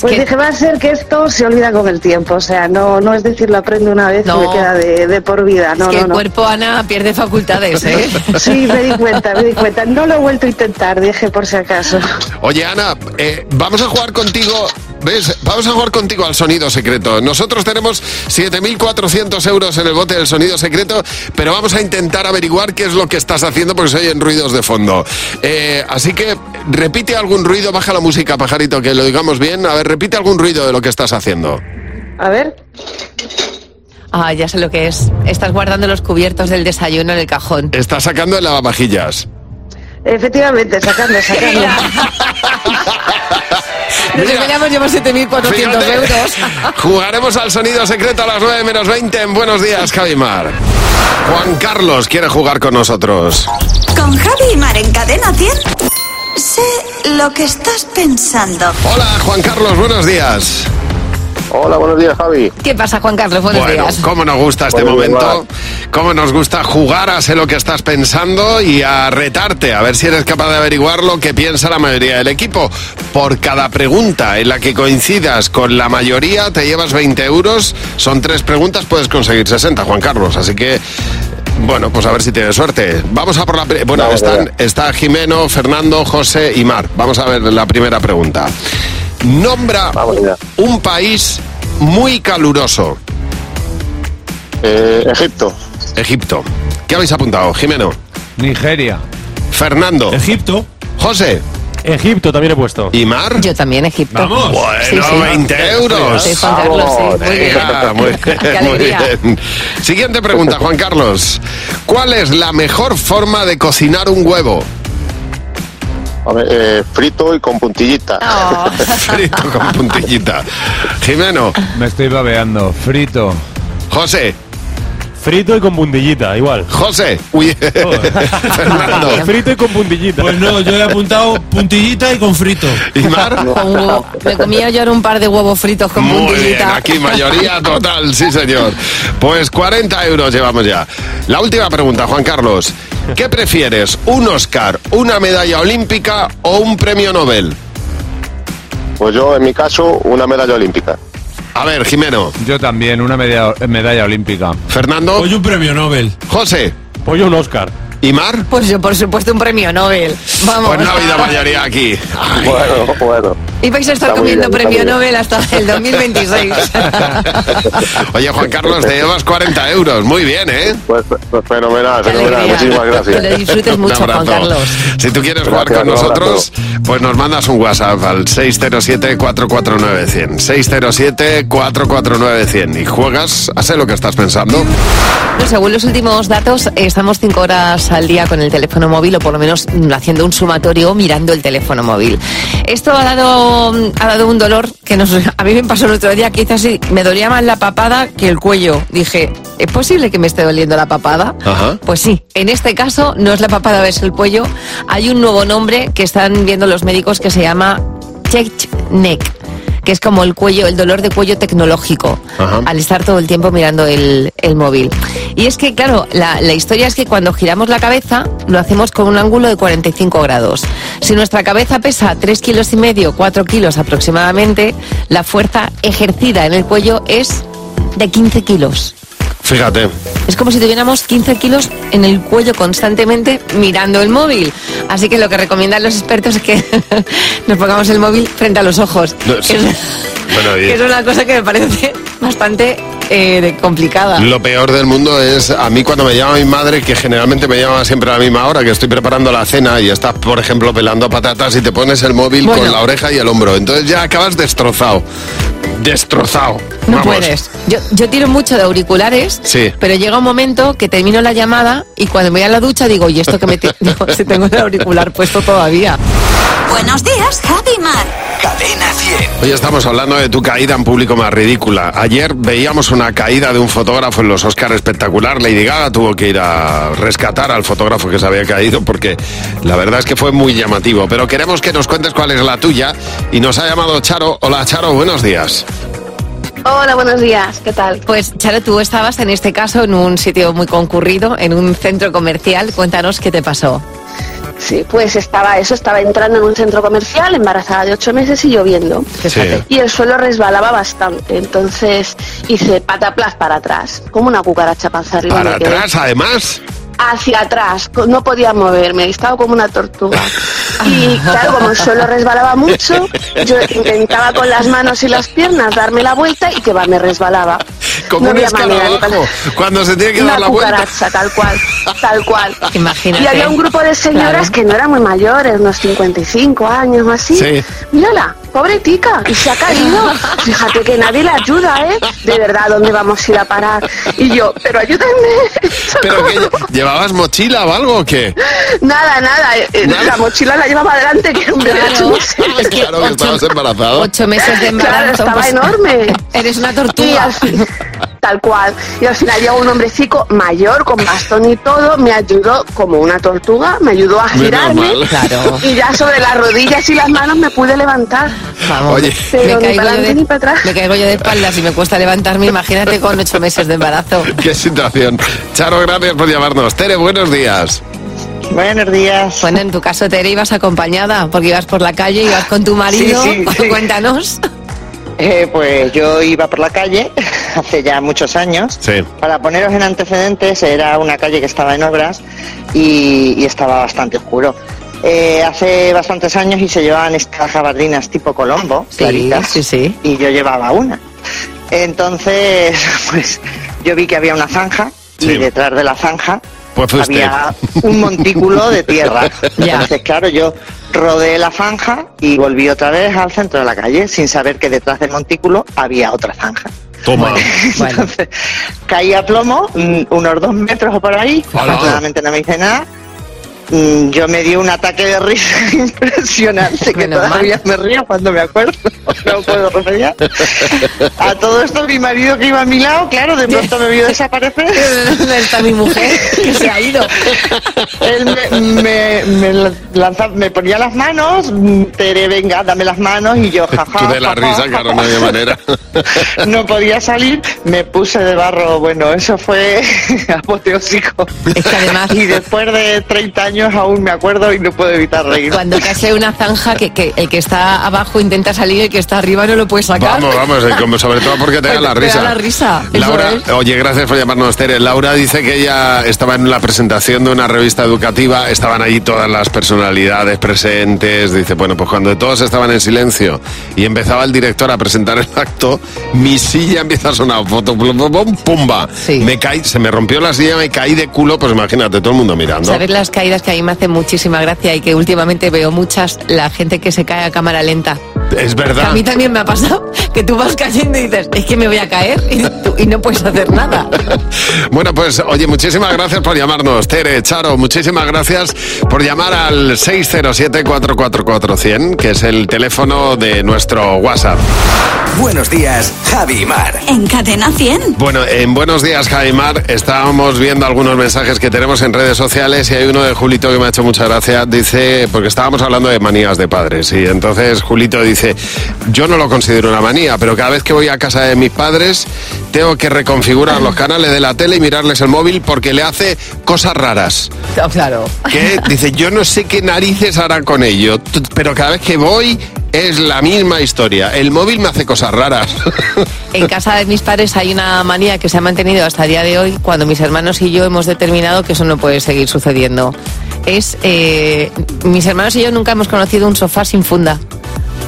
[SPEAKER 7] pues dije, va a ser que esto se olvida con el tiempo. O sea, no, no es decir, lo aprende una vez
[SPEAKER 4] No.
[SPEAKER 7] y me queda de, de por vida. Ah,
[SPEAKER 4] es
[SPEAKER 7] No,
[SPEAKER 4] que
[SPEAKER 7] no,
[SPEAKER 4] el
[SPEAKER 7] no.
[SPEAKER 4] cuerpo, Ana, pierde facultades, ¿eh?
[SPEAKER 7] Sí, me di cuenta, me di cuenta. No lo he vuelto a intentar, dije por si acaso.
[SPEAKER 3] Oye, Ana, eh, vamos a jugar contigo. ¿Ves? Vamos a jugar contigo al sonido secreto. Nosotros tenemos 7.400 euros en el bote del sonido secreto, pero vamos a intentar averiguar qué es lo que estás haciendo porque se oyen ruidos de fondo. Eh, así que repite algún ruido, baja la música, pajarito, que lo digamos bien. A ver, repite algún ruido de lo que estás haciendo.
[SPEAKER 7] A ver.
[SPEAKER 4] Ah, ya sé lo que es. Estás guardando los cubiertos del desayuno en el cajón.
[SPEAKER 3] Estás sacando el lavavajillas.
[SPEAKER 7] Efectivamente, sacando, sacando.
[SPEAKER 4] Nos esperamos llevar 7.400 euros.
[SPEAKER 3] Jugaremos al sonido secreto a las 9 menos 20 en Buenos Días, Javimar. Juan Carlos quiere jugar con nosotros.
[SPEAKER 1] Con Javi y Mar en Cadena 100. Sé lo que estás pensando.
[SPEAKER 3] Hola, Juan Carlos, buenos días.
[SPEAKER 5] Hola, buenos días, Javi.
[SPEAKER 4] ¿Qué pasa, Juan Carlos? Buenos
[SPEAKER 3] bueno,
[SPEAKER 4] días.
[SPEAKER 3] cómo nos gusta este
[SPEAKER 5] Buenos días.
[SPEAKER 3] momento, cómo nos gusta jugar a sé lo que estás pensando y a retarte, a ver si eres capaz de averiguar lo que piensa la mayoría del equipo. Por cada pregunta en la que coincidas con la mayoría, te llevas 20 euros. Son tres preguntas, puedes conseguir 60, Juan Carlos. Así que, bueno, pues a ver si tienes suerte. Vamos a por la... pri- Bueno,
[SPEAKER 5] Vamos
[SPEAKER 3] están,
[SPEAKER 5] allá.
[SPEAKER 3] Está Jimeno, Fernando, José y Mar. Vamos a ver la primera pregunta. Nombra un país muy caluroso.
[SPEAKER 5] Eh,
[SPEAKER 3] Egipto. Egipto. ¿Qué habéis apuntado, Jimeno? Nigeria. Fernando. Egipto. José. Egipto también he puesto. ¿Y Mar?
[SPEAKER 4] Yo también, Egipto.
[SPEAKER 3] Bueno,
[SPEAKER 4] Sí, sí.
[SPEAKER 3] 20 euros.
[SPEAKER 4] Sí, Juan Carlos, sí. Muy bien.
[SPEAKER 3] Venga, muy bien,
[SPEAKER 4] Qué
[SPEAKER 3] muy
[SPEAKER 4] alegría.
[SPEAKER 3] bien. Siguiente pregunta, Juan Carlos. ¿Cuál es la mejor forma de cocinar un huevo?
[SPEAKER 5] A ver, eh, frito y con puntillita.
[SPEAKER 3] Frito con puntillita. Jimeno.
[SPEAKER 6] Me estoy babeando. Frito.
[SPEAKER 3] José.
[SPEAKER 22] Frito y con bundillita, igual.
[SPEAKER 3] José. Uy. Fernando.
[SPEAKER 22] Frito y con bundillita.
[SPEAKER 23] Pues no, yo le he apuntado puntillita y con frito.
[SPEAKER 3] ¿Y Mar?
[SPEAKER 4] Con huevo. Me comía yo ahora un par de huevos fritos con
[SPEAKER 3] Muy bien,
[SPEAKER 4] puntillita.
[SPEAKER 3] aquí mayoría total, sí señor. Pues 40 euros llevamos ya. La última pregunta, Juan Carlos. ¿Qué prefieres, un Oscar, una medalla olímpica o un premio Nobel?
[SPEAKER 5] Pues yo, en mi caso, una medalla olímpica.
[SPEAKER 3] A ver, Jimeno.
[SPEAKER 6] Yo también, una medalla, medalla olímpica.
[SPEAKER 3] Fernando.
[SPEAKER 6] Hoy
[SPEAKER 23] un premio Nobel.
[SPEAKER 3] José.
[SPEAKER 6] Pollo un Oscar.
[SPEAKER 3] ¿Y Mar?
[SPEAKER 4] Pues yo, por supuesto, un premio Nobel. Vamos.
[SPEAKER 3] Pues no ha habido mayoría aquí. Bueno, bueno.
[SPEAKER 4] Y vais a estar
[SPEAKER 3] Está muy
[SPEAKER 4] comiendo
[SPEAKER 3] bien, está
[SPEAKER 4] premio
[SPEAKER 3] muy bien.
[SPEAKER 4] Nobel hasta el 2026.
[SPEAKER 3] Oye, Juan Carlos, te llevas 40 euros. Muy bien, ¿eh?
[SPEAKER 5] Pues, pues fenomenal, fenomenal. Muchísimas gracias.
[SPEAKER 4] Que lo disfrutes mucho,
[SPEAKER 3] Un abrazo.
[SPEAKER 4] Juan Carlos.
[SPEAKER 3] Si tú quieres jugar
[SPEAKER 5] Gracias,
[SPEAKER 3] con
[SPEAKER 5] un abrazo.
[SPEAKER 3] nosotros, pues nos mandas un WhatsApp al 607-449-100. 607-449-100. Y juegas, hace lo que estás pensando.
[SPEAKER 4] Bueno, según los últimos datos, eh, estamos cinco horas al día con el teléfono móvil o por lo menos mm, haciendo un sumatorio o mirando el teléfono móvil. Esto ha dado, mm, ha dado un dolor que nos, a mí me pasó el otro día, quizás sí, me dolía más la papada que el cuello. Dije, ¿es posible que me esté doliendo la papada?
[SPEAKER 24] Ajá.
[SPEAKER 4] Pues sí, en este caso no es la papada, es el cuello. Hay un nuevo nombre que están viendo los médicos que se llama check neck, que es como el cuello, el dolor de cuello tecnológico, al estar todo el tiempo mirando el, el móvil. Y es que, claro, la, la historia es que cuando giramos la cabeza lo hacemos con un ángulo de 45 grados. Si nuestra cabeza pesa 3 kilos y medio, 4 kilos aproximadamente, la fuerza ejercida en el cuello es de 15 kilos.
[SPEAKER 3] Fíjate.
[SPEAKER 4] Es como si tuviéramos 15 kilos en el cuello constantemente mirando el móvil. Así que lo que recomiendan los expertos es que nos pongamos el móvil frente a los ojos.
[SPEAKER 3] No,
[SPEAKER 4] que
[SPEAKER 3] sí.
[SPEAKER 4] es-
[SPEAKER 3] Bueno, y-
[SPEAKER 4] que es una cosa que me parece bastante eh, de- complicada.
[SPEAKER 3] Lo peor del mundo es a mí cuando me llama mi madre, que generalmente me llama siempre a la misma hora, que estoy preparando la cena y estás, por ejemplo, pelando patatas y te pones el móvil
[SPEAKER 4] Bueno.
[SPEAKER 3] con la oreja y el hombro. Entonces ya acabas destrozado. Destrozado.
[SPEAKER 4] No
[SPEAKER 3] Vamos.
[SPEAKER 4] puedes. Yo, yo tiro mucho de auriculares,
[SPEAKER 3] Sí.
[SPEAKER 4] pero llega un momento que termino la llamada y cuando me voy a la ducha digo, ¿y esto que me ti- no, si tengo el auricular puesto todavía?
[SPEAKER 1] Buenos días, Javi Mar.
[SPEAKER 3] Hoy estamos hablando de tu caída en público más ridícula. Ayer veíamos una caída de un fotógrafo en los Oscar espectacular. Lady Gaga tuvo que ir a rescatar al fotógrafo que se había caído porque la verdad es que fue muy llamativo. Pero queremos que nos cuentes cuál es la tuya y nos ha llamado Charo. Hola Charo, buenos días.
[SPEAKER 4] Hola, buenos días, ¿qué tal? Pues Charo, tú estabas en este caso en un sitio muy concurrido, en un centro comercial. Cuéntanos qué te pasó.
[SPEAKER 23] Sí, pues estaba eso, estaba entrando en un centro comercial, embarazada de ocho meses y lloviendo.
[SPEAKER 4] Fíjate.
[SPEAKER 23] Y el suelo resbalaba bastante, entonces hice pataplas para atrás, como una cucaracha panza arriba.
[SPEAKER 3] Para
[SPEAKER 23] me quedé.
[SPEAKER 3] atrás, además.
[SPEAKER 23] Hacia atrás, co- no podía moverme, estaba como una tortuga. Y claro, como el suelo resbalaba mucho, yo intentaba con las manos y las piernas darme la vuelta y que va, me resbalaba.
[SPEAKER 3] Como
[SPEAKER 23] No
[SPEAKER 3] un
[SPEAKER 23] había manera de-
[SPEAKER 3] escarabajo, cuando se tiene que dar
[SPEAKER 23] una
[SPEAKER 3] la vuelta.
[SPEAKER 23] cucaracha, tal cual, tal cual.
[SPEAKER 4] Imagínate.
[SPEAKER 23] Y había un grupo de señoras que no eran muy mayores, unos 55 años o así.
[SPEAKER 3] Sí.
[SPEAKER 23] Mírala, pobre tica, y se ha caído. Fíjate que nadie la ayuda, ¿eh? De verdad, ¿dónde vamos a ir a parar? Y yo, pero ayúdenme.
[SPEAKER 3] Pero que lle- llevabas mochila o algo o qué?
[SPEAKER 23] Nada, nada, eh, eh,
[SPEAKER 3] Nada.
[SPEAKER 23] la mochila la llevaba adelante que era un bebé.
[SPEAKER 4] Claro.
[SPEAKER 23] no sé.
[SPEAKER 3] Claro que estabas embarazada.
[SPEAKER 4] Ocho meses de embarazo. pues,
[SPEAKER 23] Claro, estaba ¿Oh? enorme.
[SPEAKER 4] Eres una
[SPEAKER 23] Y
[SPEAKER 4] tortuga.
[SPEAKER 23] al fin- tal cual. Y al final llegó un hombrecico mayor, con bastón y todo, me ayudó como una tortuga, me ayudó a
[SPEAKER 3] Menos
[SPEAKER 23] girarme.
[SPEAKER 3] mal. Claro.
[SPEAKER 23] Y ya sobre las rodillas y las manos me pude levantar.
[SPEAKER 3] Oye,
[SPEAKER 23] Pero ni
[SPEAKER 4] me caigo,
[SPEAKER 23] para
[SPEAKER 4] yo
[SPEAKER 23] adelante
[SPEAKER 4] de,
[SPEAKER 23] ni para atrás.
[SPEAKER 4] me caigo yo de espaldas y me cuesta levantarme. Imagínate con ocho meses de embarazo.
[SPEAKER 3] qué situación. Charo, gracias por llamarnos. Tere, buenos días.
[SPEAKER 4] Buenos días. Bueno, en tu caso, Tere, ibas acompañada porque ibas por la calle, ibas con tu marido.
[SPEAKER 8] Sí, sí, sí.
[SPEAKER 4] Cuéntanos.
[SPEAKER 8] Eh, pues yo iba por la calle hace ya muchos años.
[SPEAKER 3] Sí.
[SPEAKER 8] Para poneros en antecedentes, era una calle que estaba en obras y, y estaba bastante oscuro. Eh, hace bastantes años y se llevaban estas jabardinas tipo Colombo, claritas, y yo llevaba una. Entonces, pues yo vi que había una zanja y detrás de la zanja
[SPEAKER 3] Pues fue usted.
[SPEAKER 8] había un montículo de tierra. Entonces, claro, yo rodeé la zanja y volví otra vez al centro de la calle sin saber que detrás del montículo había otra zanja.
[SPEAKER 3] Toma.
[SPEAKER 8] Entonces, caí a plomo, mm, unos dos metros o por ahí,
[SPEAKER 3] Hola.
[SPEAKER 8] afortunadamente no me hice nada. Mm, Yo me di un ataque de risa impresionante que
[SPEAKER 4] Menos mal.
[SPEAKER 8] todavía me río cuando me acuerdo, no puedo remediar. A todo esto mi marido que iba a mi lado, claro, de pronto me vio desaparecer.
[SPEAKER 4] ¿Dónde está mi mujer? Que se ha ido.
[SPEAKER 8] Él me, me- me lanza- me ponía las manos, mm, Tere, venga, dame las manos y yo, jaja.
[SPEAKER 3] Tú de la risa, claro, no había manera.
[SPEAKER 8] no podía salir, me puse de barro. Bueno, eso fue apoteósico. Y después de 30 años aún me acuerdo y no puedo evitar reír.
[SPEAKER 4] Cuando te hace una zanja que, que el que está abajo intenta salir y el que está arriba no lo puede sacar.
[SPEAKER 3] Vamos, vamos, eh, como sobre todo porque te da
[SPEAKER 4] Pues
[SPEAKER 3] la
[SPEAKER 4] te
[SPEAKER 3] risa.
[SPEAKER 4] da la risa. eso
[SPEAKER 3] Laura,
[SPEAKER 4] es.
[SPEAKER 3] oye, gracias por llamarnos, Tere. Laura dice que ella estaba en la presentación de una revista educativa, estaban allí todas las personalidades presentes, dice, bueno, pues cuando todos estaban en silencio y empezaba el director a presentar el acto, mi silla empieza a sonar, foto, pum, pum, pum, pumba, me caí, se me rompió la silla, me caí de culo, pues imagínate, todo el mundo mirando.
[SPEAKER 4] ¿Sabes las caídas que a mí me hacen muchísima gracia y que últimamente veo muchas? La gente que se cae a cámara lenta.
[SPEAKER 3] Es verdad.
[SPEAKER 4] A mí también me ha pasado que tú vas cayendo y dices, es que me voy a caer y, tú- y no puedes hacer nada.
[SPEAKER 3] Bueno, pues oye, muchísimas gracias por llamarnos, Tere, Charo, muchísimas gracias por llamar al 607-444-100, que es el teléfono de nuestro WhatsApp.
[SPEAKER 2] Buenos días, Javi y Mar.
[SPEAKER 1] En Cadena 100.
[SPEAKER 3] Bueno, en Buenos Días, Jaimar, estábamos viendo algunos mensajes que tenemos en redes sociales y hay uno de Julito que me ha hecho mucha gracia. Dice, porque estábamos hablando de manías de padres y entonces Julito dice, yo no lo considero una manía, pero cada vez que voy a casa de mis padres tengo que reconfigurar los canales de la tele y mirarles el móvil porque le hace cosas raras.
[SPEAKER 4] Claro.
[SPEAKER 3] que dice, yo no sé qué narices harán con ello, t- pero cada vez que voy es la misma historia. El móvil me hace cosas raras.
[SPEAKER 4] En casa de mis padres hay una manía que se ha mantenido hasta el día de hoy cuando mis hermanos y yo hemos determinado que eso no puede seguir sucediendo. Es, eh, mis hermanos y yo nunca hemos conocido un sofá sin funda.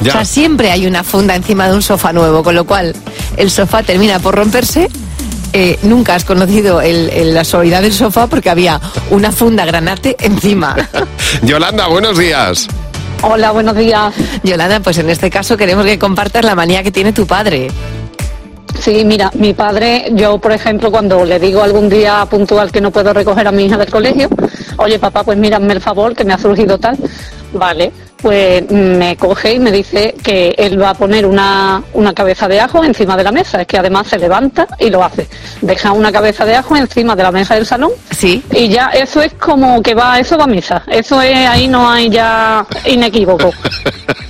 [SPEAKER 10] Ya.
[SPEAKER 4] O sea, siempre hay una funda encima de un sofá nuevo, con lo cual el sofá termina por romperse. eh, nunca has conocido el- el- la suavidad del sofá porque había una funda granate encima.
[SPEAKER 3] Yolanda, buenos días.
[SPEAKER 4] Hola, buenos días. Yolanda, pues en este caso queremos que compartas la manía que tiene tu padre.
[SPEAKER 10] Sí, mira, mi padre, yo por ejemplo, cuando le digo algún día puntual que no puedo recoger a mi hija del colegio, oye papá, pues mírame el favor, que me ha surgido tal, vale, pues me coge y me dice que él va a poner una, una cabeza de ajo encima de la mesa, es que además se levanta y lo hace, deja una cabeza de ajo encima de la mesa del salón
[SPEAKER 4] sí.
[SPEAKER 10] y ya eso es como que va, eso va a misa, eso es, ahí no hay ya inequívoco.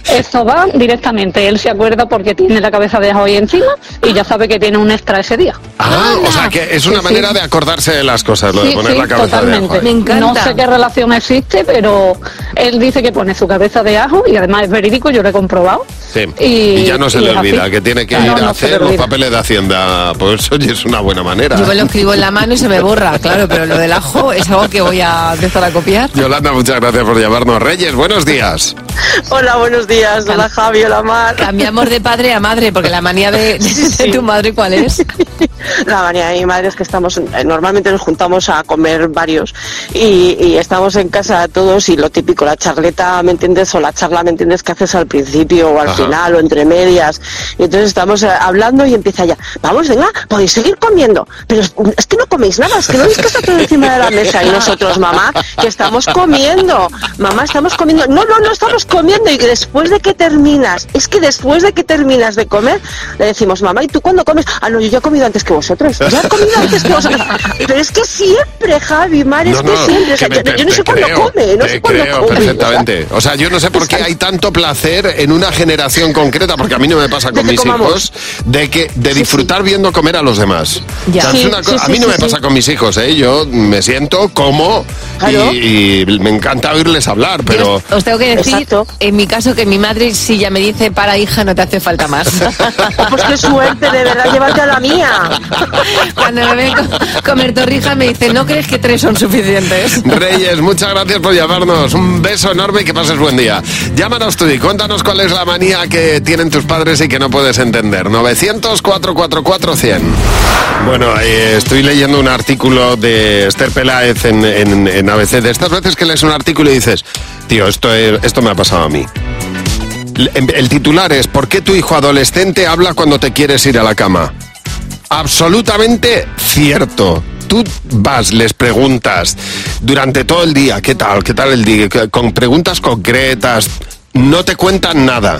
[SPEAKER 10] Eso va directamente. Él se acuerda porque tiene la cabeza de hoy encima y ya sabe que tiene un extra ese día.
[SPEAKER 3] Ah, o sea que es una
[SPEAKER 10] Sí,
[SPEAKER 3] manera
[SPEAKER 10] sí.
[SPEAKER 3] de acordarse de las cosas, lo de
[SPEAKER 10] Sí,
[SPEAKER 3] poner
[SPEAKER 10] sí,
[SPEAKER 3] la cabeza de ajo.
[SPEAKER 10] totalmente.
[SPEAKER 3] ahí.
[SPEAKER 10] No sé qué relación existe, pero él dice que pone su cabeza de ajo y además es verídico, yo lo he comprobado.
[SPEAKER 3] Sí.
[SPEAKER 10] Y-
[SPEAKER 3] Y, ya no se
[SPEAKER 10] y
[SPEAKER 3] le
[SPEAKER 10] es así.
[SPEAKER 3] olvida que tiene que
[SPEAKER 10] No,
[SPEAKER 3] ir
[SPEAKER 10] no se
[SPEAKER 3] a
[SPEAKER 10] le
[SPEAKER 3] hacer los
[SPEAKER 10] olvida.
[SPEAKER 3] papeles de Hacienda. Pues oye, es una buena manera.
[SPEAKER 4] Yo me lo escribo en la mano y se me borra, claro, pero lo del ajo es algo que voy a empezar a copiar.
[SPEAKER 3] Yolanda, muchas gracias por llamarnos. Reyes, buenos días.
[SPEAKER 4] Hola, buenos días. Hola, Javi. Hola, Mar. Cambiamos de padre a madre, porque la manía de, de- de tu madre, ¿cuál es?
[SPEAKER 11] La manía de mi madre es que estamos, eh, normalmente nos juntamos a comer varios y, y estamos en casa todos y lo típico, la charleta, ¿me entiendes? O la charla, ¿me entiendes? Que haces al principio o al
[SPEAKER 24] Ajá.
[SPEAKER 11] final o entre medias. Y entonces estamos eh, hablando y empieza ya, vamos, venga, podéis seguir comiendo, pero es- es que no coméis nada, es que no veis que está todo encima de la mesa y nosotros, mamá, que estamos comiendo, mamá, estamos comiendo, no, no, no estamos comiendo y después de que terminas, es que después de que terminas de comer, le decimos, mamá, ¿y tú cuándo comes? Ah, no, yo ya he comido antes, que vosotros. Yo he comido antes que vosotros. Pero es que siempre, Javi, Mar, es
[SPEAKER 3] No,
[SPEAKER 11] que
[SPEAKER 3] no,
[SPEAKER 11] siempre. O sea,
[SPEAKER 3] que
[SPEAKER 11] yo,
[SPEAKER 3] me-
[SPEAKER 11] yo
[SPEAKER 3] te
[SPEAKER 11] no sé cuándo
[SPEAKER 3] creo,
[SPEAKER 11] come, no
[SPEAKER 3] te
[SPEAKER 11] sé cuándo
[SPEAKER 3] creo
[SPEAKER 11] come.
[SPEAKER 3] perfectamente. O sea, yo no sé por qué hay tanto placer en una generación concreta, porque a mí no me pasa
[SPEAKER 11] De
[SPEAKER 3] con
[SPEAKER 11] que
[SPEAKER 3] mis
[SPEAKER 11] comamos.
[SPEAKER 3] hijos, de que de disfrutar viendo comer a los demás.
[SPEAKER 11] Ya.
[SPEAKER 3] O sea, es
[SPEAKER 11] Sí,
[SPEAKER 3] una co-
[SPEAKER 11] sí,
[SPEAKER 3] a
[SPEAKER 11] sí,
[SPEAKER 3] mí no
[SPEAKER 11] sí,
[SPEAKER 3] me
[SPEAKER 11] sí.
[SPEAKER 3] pasa con mis hijos, ¿eh? Yo me siento, como y-
[SPEAKER 4] Claro.
[SPEAKER 3] y, me encanta oírles hablar, pero...
[SPEAKER 4] Os tengo que decir, en mi caso, que mi madre sí ya me dice, para hija, no te hace falta más.
[SPEAKER 11] Pues qué suerte, de verdad, llévate a la mía.
[SPEAKER 4] Cuando me ven co- comer torrija me dice, ¿no crees que tres son suficientes?
[SPEAKER 3] Reyes, muchas gracias por llamarnos. Un beso enorme y que pases buen día. Llámanos tú y cuéntanos cuál es la manía que tienen tus padres y que no puedes entender. 900-444-100. Bueno, eh, estoy leyendo un artículo de Esther Peláez en, en- en ABC. De estas veces que lees un artículo y dices, tío, esto, es- esto me ha pasado a mí. El- El titular es ¿Por qué tu hijo adolescente habla cuando te quieres ir a la cama? Absolutamente cierto. Tú vas, les preguntas durante todo el día, ¿qué tal? ¿Qué tal el día? Que- Con preguntas concretas, no te cuentan nada.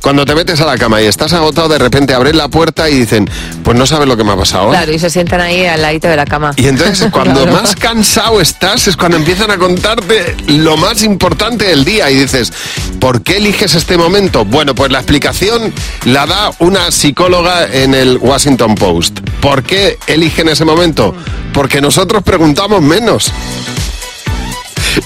[SPEAKER 3] Cuando te metes a la cama y estás agotado, de repente abres la puerta y dicen, pues no sabes lo que me ha pasado.
[SPEAKER 4] Claro, y se sientan ahí al ladito de la cama.
[SPEAKER 3] Y entonces cuando
[SPEAKER 4] Claro.
[SPEAKER 3] más cansado estás es cuando empiezan a contarte lo más importante del día y dices, ¿por qué eliges este momento? Bueno, pues la explicación la da una psicóloga en el Washington Post. ¿Por qué eligen ese momento? Porque nosotros preguntamos menos.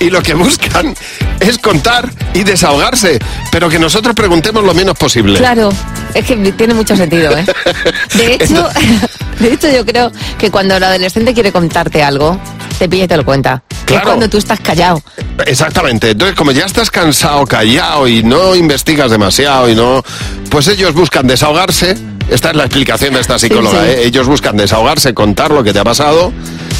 [SPEAKER 3] Y lo que buscan es contar y desahogarse, pero que nosotros preguntemos lo menos posible.
[SPEAKER 4] Claro, es que tiene mucho sentido, ¿eh? De hecho, de hecho yo creo que cuando el adolescente quiere contarte algo, te pilla y te lo cuenta. Que Es
[SPEAKER 3] Claro.
[SPEAKER 4] cuando tú estás callado.
[SPEAKER 3] Exactamente. Entonces, como ya estás cansado, callado y no investigas demasiado y no, pues ellos buscan desahogarse. Esta es la explicación de esta psicóloga.
[SPEAKER 9] sí.
[SPEAKER 3] ¿eh? Ellos buscan desahogarse, contar lo que te ha pasado,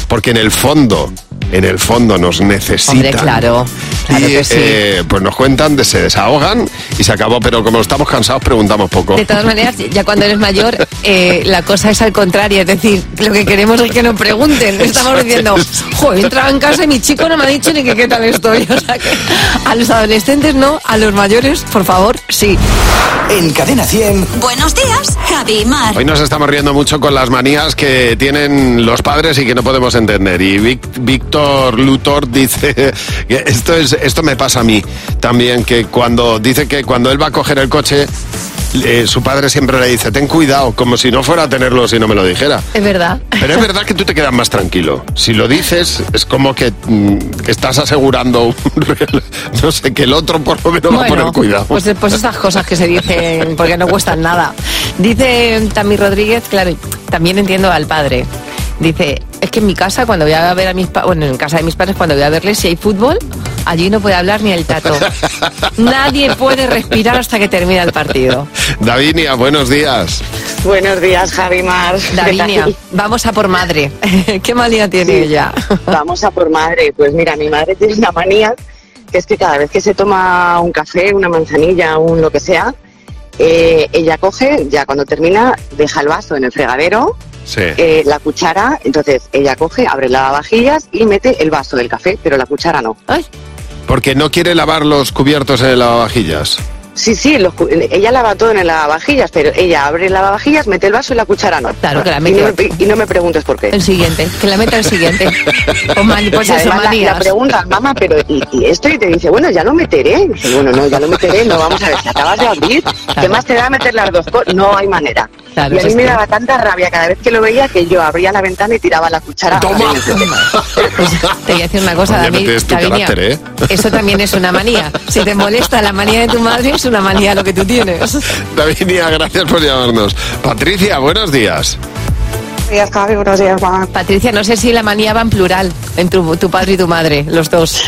[SPEAKER 3] porque en el fondo, en el fondo nos necesitan.
[SPEAKER 4] Hombre, claro. Claro
[SPEAKER 3] y,
[SPEAKER 4] que sí.
[SPEAKER 3] eh, pues nos cuentan, se desahogan y se acabó. Pero como estamos cansados, preguntamos poco.
[SPEAKER 4] De todas maneras, ya cuando eres mayor, eh, la cosa es al contrario. Es decir, lo que queremos es que nos pregunten. Estamos diciendo, jo, he entrado en casa y mi chico no me ha dicho ni que qué tal estoy. O sea que a los adolescentes no, a los mayores, por favor, sí.
[SPEAKER 2] En Cadena 100.
[SPEAKER 1] Buenos días, Javi y Mar.
[SPEAKER 3] Hoy nos estamos riendo mucho con las manías que tienen los padres y que no podemos entender. Y Vic- Víctor Luthor dice que esto es esto me pasa a mí también que cuando dice que cuando él va a coger el coche eh, su padre siempre le dice ten cuidado como si no fuera a tenerlo si no me lo dijera.
[SPEAKER 4] Es verdad.
[SPEAKER 3] Pero es verdad que tú te quedas más tranquilo. Si lo dices, es como que mm, estás asegurando, un real- no sé, que el otro por lo menos va a poner cuidado.
[SPEAKER 4] Pues, pues estas cosas que se dicen porque no cuestan nada. Dice Tami Rodríguez, claro, y también entiendo al padre. Dice, es que en mi casa, cuando voy a ver a mis padres, bueno, en casa de mis padres, cuando voy a verles si hay fútbol, allí no puede hablar ni el tato. Nadie puede respirar hasta que termina el partido.
[SPEAKER 3] Davinia, buenos días.
[SPEAKER 4] Buenos días, Javi Mar. Davinia,
[SPEAKER 12] tal?
[SPEAKER 4] vamos a por madre. ¿Qué manía tiene ella?
[SPEAKER 12] Vamos a por madre. Pues mira, mi madre tiene una manía que es que cada vez que se toma un café, una manzanilla, un lo que sea, eh, ella coge, ya cuando termina, deja el vaso en el fregadero,
[SPEAKER 3] Sí.
[SPEAKER 12] eh, la cuchara, entonces ella coge, abre la vajillas y mete el vaso del café, pero la cuchara no.
[SPEAKER 3] Porque no quiere lavar los cubiertos en el lavavajillas.
[SPEAKER 12] Sí, sí, los cu- ella lava todo en el lavavajillas, pero ella abre el lavavajillas, mete el vaso y la cuchara no.
[SPEAKER 4] Claro, que la
[SPEAKER 12] Y
[SPEAKER 4] mete.
[SPEAKER 12] no me- y no me preguntes por qué.
[SPEAKER 4] El siguiente, que la meta el siguiente. Pues, mani- pues eso,
[SPEAKER 12] Además, la,
[SPEAKER 4] manías.
[SPEAKER 12] la pregunta, mamá, pero ¿y, y esto? Y te dice, bueno, ya lo meteré. Y dice, bueno, no, ya lo meteré, no, vamos a ver, si acabas de abrir, ¿qué más te da meter las dos cosas? No hay manera.
[SPEAKER 4] Claro,
[SPEAKER 12] y a
[SPEAKER 4] eso
[SPEAKER 12] mí me
[SPEAKER 4] es
[SPEAKER 12] daba tanta rabia cada vez que lo veía que yo abría la ventana y tiraba la cuchara. ¡Toma!
[SPEAKER 4] Te voy a decir una cosa,
[SPEAKER 12] Oye,
[SPEAKER 4] David.
[SPEAKER 12] pero es tu
[SPEAKER 4] Davinia,
[SPEAKER 12] carácter, ¿eh?
[SPEAKER 4] Eso también es una manía. Si te molesta la manía de tu madre, es una manía lo que tú tienes.
[SPEAKER 3] Davinia, gracias por llamarnos. Patricia, buenos días.
[SPEAKER 4] Buenos días, Javi. Buenos días, Patricia, no sé si la manía va en plural, en tu, tu padre y tu madre, los dos.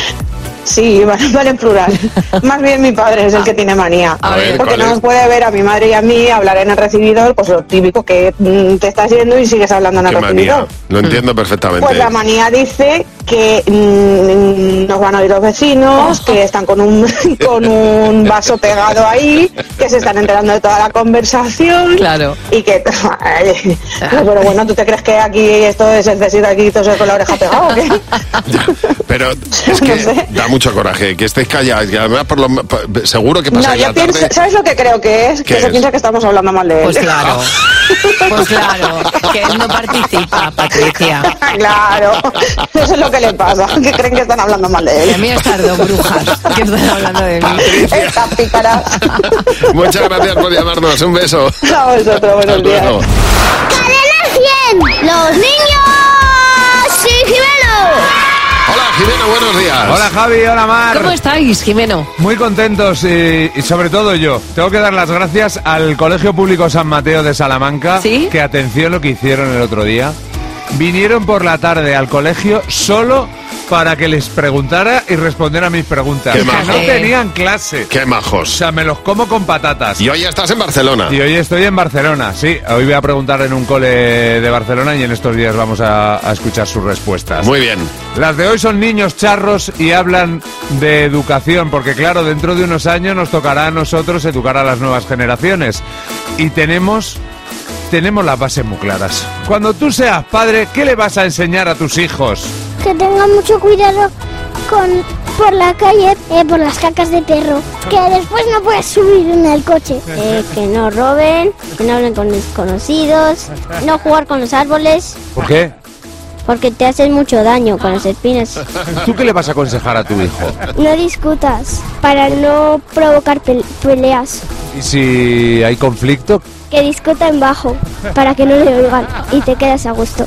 [SPEAKER 12] Sí, van, en plural.
[SPEAKER 13] Más bien mi padre es el que tiene manía.
[SPEAKER 4] A ver,
[SPEAKER 13] porque
[SPEAKER 4] ¿cuál
[SPEAKER 13] no
[SPEAKER 4] es?
[SPEAKER 13] nos puede ver a mi madre y a mí hablar en el recibidor, pues lo típico que mm, te estás yendo y sigues hablando en el
[SPEAKER 3] Qué
[SPEAKER 13] recibidor. Mm.
[SPEAKER 3] manía. Lo entiendo perfectamente.
[SPEAKER 13] Pues la Pues manía dice que mm, nos van a oír los vecinos, que están con un, con un vaso pegado ahí, que se están enterando de toda la conversación.
[SPEAKER 4] Claro.
[SPEAKER 13] Y que, ay, pero bueno, ¿tú te crees que aquí esto es, es decir, aquí todo es con la oreja pegada o qué?
[SPEAKER 3] Ah, Pero es que da mucho coraje que estéis callados. y además por lo- por- seguro que
[SPEAKER 13] No,
[SPEAKER 3] pasáis
[SPEAKER 13] yo
[SPEAKER 3] la
[SPEAKER 13] pienso,
[SPEAKER 3] tarde.
[SPEAKER 13] ¿sabes lo que creo que es?
[SPEAKER 3] ¿Qué
[SPEAKER 13] Que se
[SPEAKER 3] es?
[SPEAKER 13] piensa que estamos hablando mal de él.
[SPEAKER 4] Pues claro. Pues claro, que él no participa, Patricia.
[SPEAKER 13] Claro, eso es lo que le pasa, que creen que están hablando mal de él.
[SPEAKER 4] A mí estas dos brujas que están hablando de mí.
[SPEAKER 13] Estas pícaras.
[SPEAKER 3] Muchas gracias por llamarnos. Un beso.
[SPEAKER 13] A vosotros, buenos días.
[SPEAKER 3] Luego.
[SPEAKER 9] ¡Los niños! ¡Sí,
[SPEAKER 3] Hola, Ah, Jimeno, buenos días.
[SPEAKER 6] Hola Javi, hola Mar.
[SPEAKER 4] ¿Cómo estáis, Jimeno?
[SPEAKER 6] Muy contentos eh, y, sobre todo yo. Tengo que dar las gracias al Colegio Público San Mateo de Salamanca. Que atención lo que hicieron el otro día. Vinieron por la tarde al colegio solo para que les preguntara y respondiera a mis preguntas.
[SPEAKER 3] Qué
[SPEAKER 6] Que
[SPEAKER 3] majos.
[SPEAKER 6] no tenían clase.
[SPEAKER 3] Qué majos.
[SPEAKER 6] O sea, me los como con patatas.
[SPEAKER 3] Y hoy ya estás en Barcelona.
[SPEAKER 6] Y hoy estoy en Barcelona, sí. Hoy voy a preguntar en un cole de Barcelona y en estos días vamos a, a escuchar sus respuestas.
[SPEAKER 3] Muy bien.
[SPEAKER 6] Las de hoy son niños charros y hablan de educación, porque claro, dentro de unos años nos tocará a nosotros educar a las nuevas generaciones. Y tenemos, tenemos las bases muy claras. Cuando tú seas padre, ¿qué le vas a enseñar a tus hijos?
[SPEAKER 9] Que tengan mucho cuidado con por la calle, eh, por las cacas de perro. Que después no puedes subir en el coche. Eh, que no roben, que no hablen con desconocidos, no jugar con los árboles,
[SPEAKER 6] ¿Por qué?
[SPEAKER 9] porque te hacen mucho daño con las espinas.
[SPEAKER 6] ¿Tú qué le vas a aconsejar a tu hijo?
[SPEAKER 9] No discutas para no provocar pel- peleas.
[SPEAKER 6] Y si hay conflicto,
[SPEAKER 9] Que discutan bajo para que no le oigan y te quedas a gusto.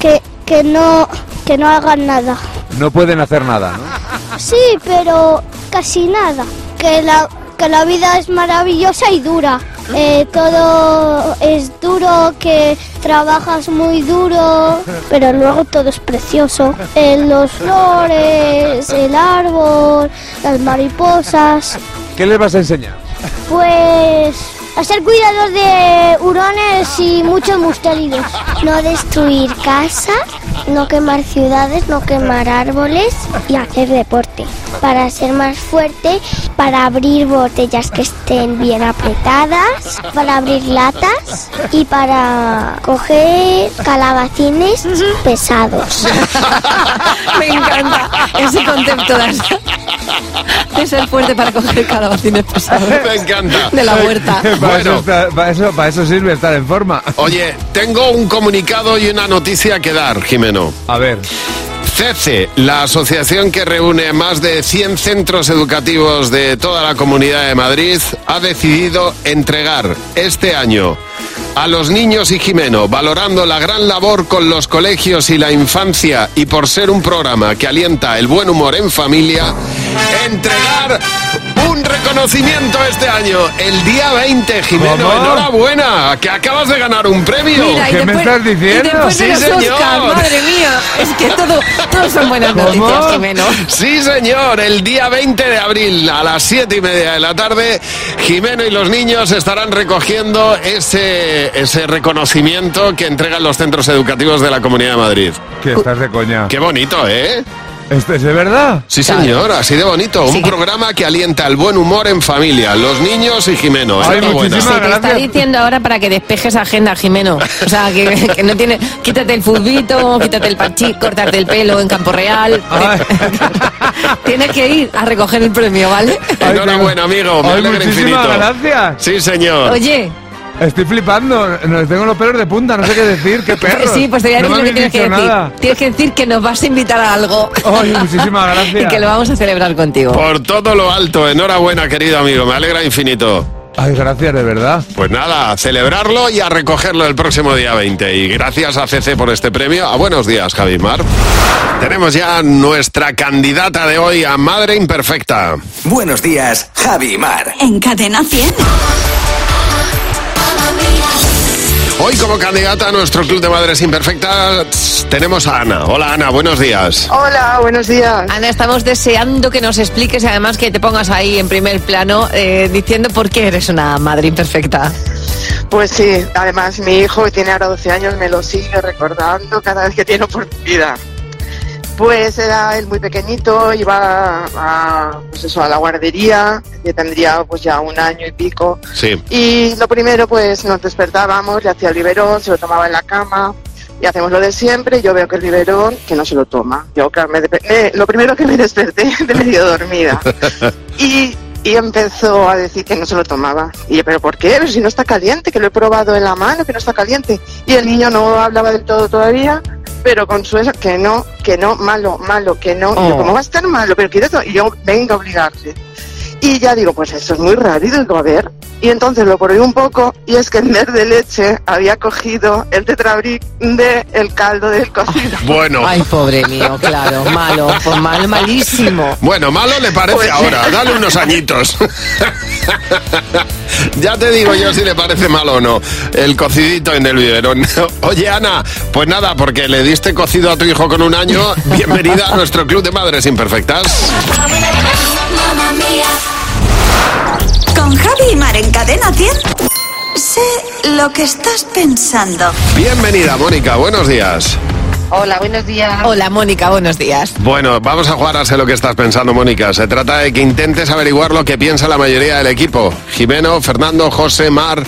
[SPEAKER 9] Que, que no que no hagan nada.
[SPEAKER 6] no pueden hacer nada, ¿no?
[SPEAKER 9] Sí, pero casi nada. Que la, que la vida es maravillosa y dura. Eh, todo es duro, que trabajas muy duro, pero luego todo es precioso. Eh, los flores, el árbol, las mariposas.
[SPEAKER 6] ¿Qué les vas a enseñar?
[SPEAKER 9] Pues hacer cuidados de hurones y muchos mustelidos. No destruir casas, no quemar ciudades, no quemar árboles y hacer deporte. Para ser más fuerte, para abrir botellas que estén bien apretadas, para abrir latas y para coger calabacines pesados.
[SPEAKER 4] Me encanta ese concepto de, de ser fuerte para coger calabacines pesados.
[SPEAKER 3] Me encanta.
[SPEAKER 4] De la huerta.
[SPEAKER 6] para, eso está- para eso, para eso sirve estar en forma.
[SPEAKER 3] Oye, tengo un comunicado y una noticia que dar, Jimeno.
[SPEAKER 6] A ver.
[SPEAKER 3] CECE, la asociación que reúne a más de 100 centros educativos de toda la comunidad de Madrid, ha decidido entregar este año a los niños y Jimeno, valorando la gran labor con los colegios y la infancia y por ser un programa que alienta el buen humor en familia, entregar un reconocimiento este año, el día 20, Jimeno.
[SPEAKER 6] ¿Cómo?
[SPEAKER 3] Enhorabuena, que acabas de ganar un premio.
[SPEAKER 4] Mira, y después- Y después de
[SPEAKER 3] Sí,
[SPEAKER 4] los
[SPEAKER 3] señor.
[SPEAKER 4] Oscar, madre mía, es que todo, todo son buenas noticias, Jimeno.
[SPEAKER 3] Sí, señor. El día 20 de abril a las 7 y media de la tarde, Jimeno y los niños estarán recogiendo ese, ese reconocimiento que entregan los centros educativos de la Comunidad de Madrid.
[SPEAKER 6] Que estás de coña.
[SPEAKER 3] Qué bonito, ¿eh?
[SPEAKER 6] ¿Esto es de verdad?
[SPEAKER 3] Sí, señor, así de bonito. Un programa que alienta el buen humor en familia, los niños y Jimeno.
[SPEAKER 6] Ay,
[SPEAKER 3] Enhorabuena.
[SPEAKER 6] muchísimas
[SPEAKER 4] Te está diciendo ahora para que despejes agenda, Jimeno. O sea, que, que no tiene. Quítate el fulbito, quítate el parchí, cortarte el pelo en Campo Real. Tienes que ir a recoger el premio, ¿vale?
[SPEAKER 3] Enhorabuena, amigo. Me
[SPEAKER 6] Ay,
[SPEAKER 3] alegra
[SPEAKER 6] muchísimas
[SPEAKER 3] infinito.
[SPEAKER 6] gracias.
[SPEAKER 3] Sí, señor.
[SPEAKER 4] Oye,
[SPEAKER 6] Estoy flipando. No, tengo los pelos de punta, no sé qué decir. ¿Qué perros?
[SPEAKER 4] sí, pues te voy a
[SPEAKER 6] No
[SPEAKER 4] decir
[SPEAKER 6] me
[SPEAKER 4] lo que tienes
[SPEAKER 6] habéis
[SPEAKER 4] que
[SPEAKER 6] dicho
[SPEAKER 4] decir.
[SPEAKER 6] nada.
[SPEAKER 4] Tienes que decir que nos vas a invitar a algo.
[SPEAKER 6] Ay, muchísimas gracias.
[SPEAKER 4] y que lo vamos a celebrar contigo.
[SPEAKER 3] Por todo lo alto, enhorabuena, querido amigo. Me alegra infinito.
[SPEAKER 6] Ay, gracias, de verdad.
[SPEAKER 3] Pues nada, a celebrarlo y a recogerlo el próximo día 20. Y gracias a CC por este premio. A buenos días, Javi Mar. Tenemos ya nuestra candidata de hoy a Madre Imperfecta.
[SPEAKER 2] Buenos días, Javi Mar.
[SPEAKER 1] En Cadena 100.
[SPEAKER 3] Hoy como candidata a nuestro Club de Madres Imperfectas tenemos a Ana. Hola Ana, buenos días.
[SPEAKER 4] Hola, buenos días. Ana, estamos deseando que nos expliques y además que te pongas ahí en primer plano eh, diciendo por qué eres una madre imperfecta.
[SPEAKER 14] Pues sí, además mi hijo que tiene ahora 12 años me lo sigue recordando cada vez que tiene oportunidad.
[SPEAKER 7] Pues era él muy pequeñito, iba a, pues eso, a la guardería, que tendría pues ya un año y pico.
[SPEAKER 3] Sí.
[SPEAKER 7] Y lo primero, pues nos despertábamos, le hacía el biberón, se lo tomaba en la cama, y hacemos lo de siempre. Yo veo que el biberón, que no se lo toma. Yo, claro, me despe- me- lo primero que me desperté de medio dormida. Y, y empezó a decir que no se lo tomaba. Y yo, ¿pero por qué? Pero si no está caliente, que lo he probado en la mano, que no está caliente. Y el niño no hablaba del todo todavía, pero con su eso, que no, que no, malo, malo, que no. Y yo,
[SPEAKER 8] Oh.
[SPEAKER 7] ¿cómo va a estar malo? Pero quiero to-". Y yo, venga a obligarle. Y ya digo, pues esto es muy raro, y digo, a ver. Y entonces lo corrí un poco, y es que en vez de leche había cogido el tetrabric de el caldo del cocido.
[SPEAKER 3] Bueno.
[SPEAKER 4] Ay, pobre mío, claro, malo, pues mal, malísimo.
[SPEAKER 3] Bueno, malo le parece
[SPEAKER 4] Pues-
[SPEAKER 3] ahora, dale unos añitos. ya te digo yo si le parece malo o no, el cocidito en el biberón. Oye, Ana, pues nada, porque le diste cocido a tu hijo con un año, bienvenida a nuestro club de madres imperfectas.
[SPEAKER 16] Mamma mía. Con Javi y Mar en cadena 100. Sé lo que estás pensando.
[SPEAKER 3] Bienvenida, Mónica, buenos días.
[SPEAKER 4] Hola, buenos días. Hola, Mónica, buenos días.
[SPEAKER 3] Bueno, vamos a jugar a sé lo que estás pensando, Mónica. Se trata de que intentes averiguar lo que piensa la mayoría del equipo. Jimeno, Fernando, José, Mar,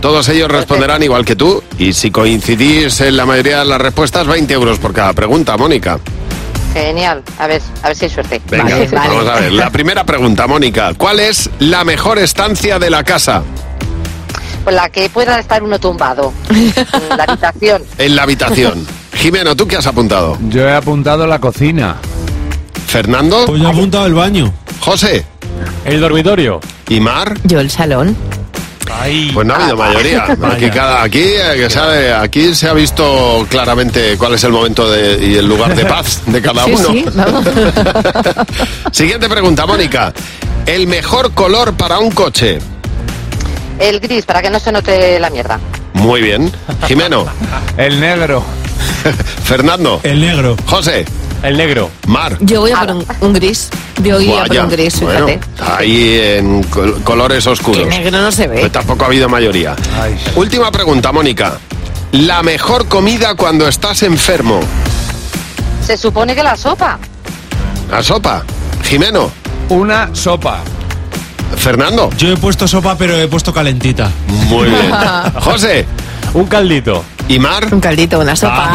[SPEAKER 3] todos ellos responderán igual que tú. Y si coincidís en la mayoría de las respuestas, 20 euros por cada pregunta, Mónica.
[SPEAKER 10] Genial. A ver, a ver si hay suerte.
[SPEAKER 3] Venga,
[SPEAKER 10] Vale.
[SPEAKER 3] vamos a ver. La primera pregunta, Mónica. ¿Cuál es la mejor estancia de la casa?
[SPEAKER 10] Pues la que pueda estar uno tumbado. En la habitación.
[SPEAKER 3] En la habitación. Jimeno, ¿tú qué has apuntado?
[SPEAKER 6] Yo he apuntado la cocina.
[SPEAKER 3] ¿Fernando? Pues
[SPEAKER 22] yo he apuntado el baño.
[SPEAKER 3] José.
[SPEAKER 22] El dormitorio.
[SPEAKER 3] ¿Y Mar?
[SPEAKER 4] Yo el salón.
[SPEAKER 3] Pues no ha
[SPEAKER 4] Ah,
[SPEAKER 3] habido mayoría. Aquí, cada, aquí, eh, que sabe, aquí se ha visto claramente cuál es el momento de- y el lugar de paz de cada
[SPEAKER 4] Sí,
[SPEAKER 3] uno.
[SPEAKER 4] sí, vamos.
[SPEAKER 3] Siguiente pregunta, Mónica. ¿El mejor color para un coche?
[SPEAKER 10] El gris, para que no se note la mierda.
[SPEAKER 3] Muy bien. Jimeno.
[SPEAKER 6] El negro.
[SPEAKER 3] Fernando. El negro. José. El negro. Mar.
[SPEAKER 4] Yo voy a por un, un gris. Yo iría por
[SPEAKER 3] Guaya.
[SPEAKER 4] un gris,
[SPEAKER 3] Bueno,
[SPEAKER 4] fíjate.
[SPEAKER 3] ahí en col- colores oscuros.
[SPEAKER 4] Que negro ¿eh? no se ve.
[SPEAKER 3] Pues tampoco ha habido mayoría. Última pregunta, Mónica. La mejor comida cuando estás enfermo.
[SPEAKER 10] Se supone que la sopa.
[SPEAKER 3] La sopa. Jimeno.
[SPEAKER 6] Una sopa.
[SPEAKER 3] Fernando.
[SPEAKER 25] Yo he puesto sopa, pero he puesto calentita.
[SPEAKER 3] Muy bien. José.
[SPEAKER 22] Un caldito.
[SPEAKER 3] ¿Y Mar? Ah,
[SPEAKER 4] Un caldito, una sopa.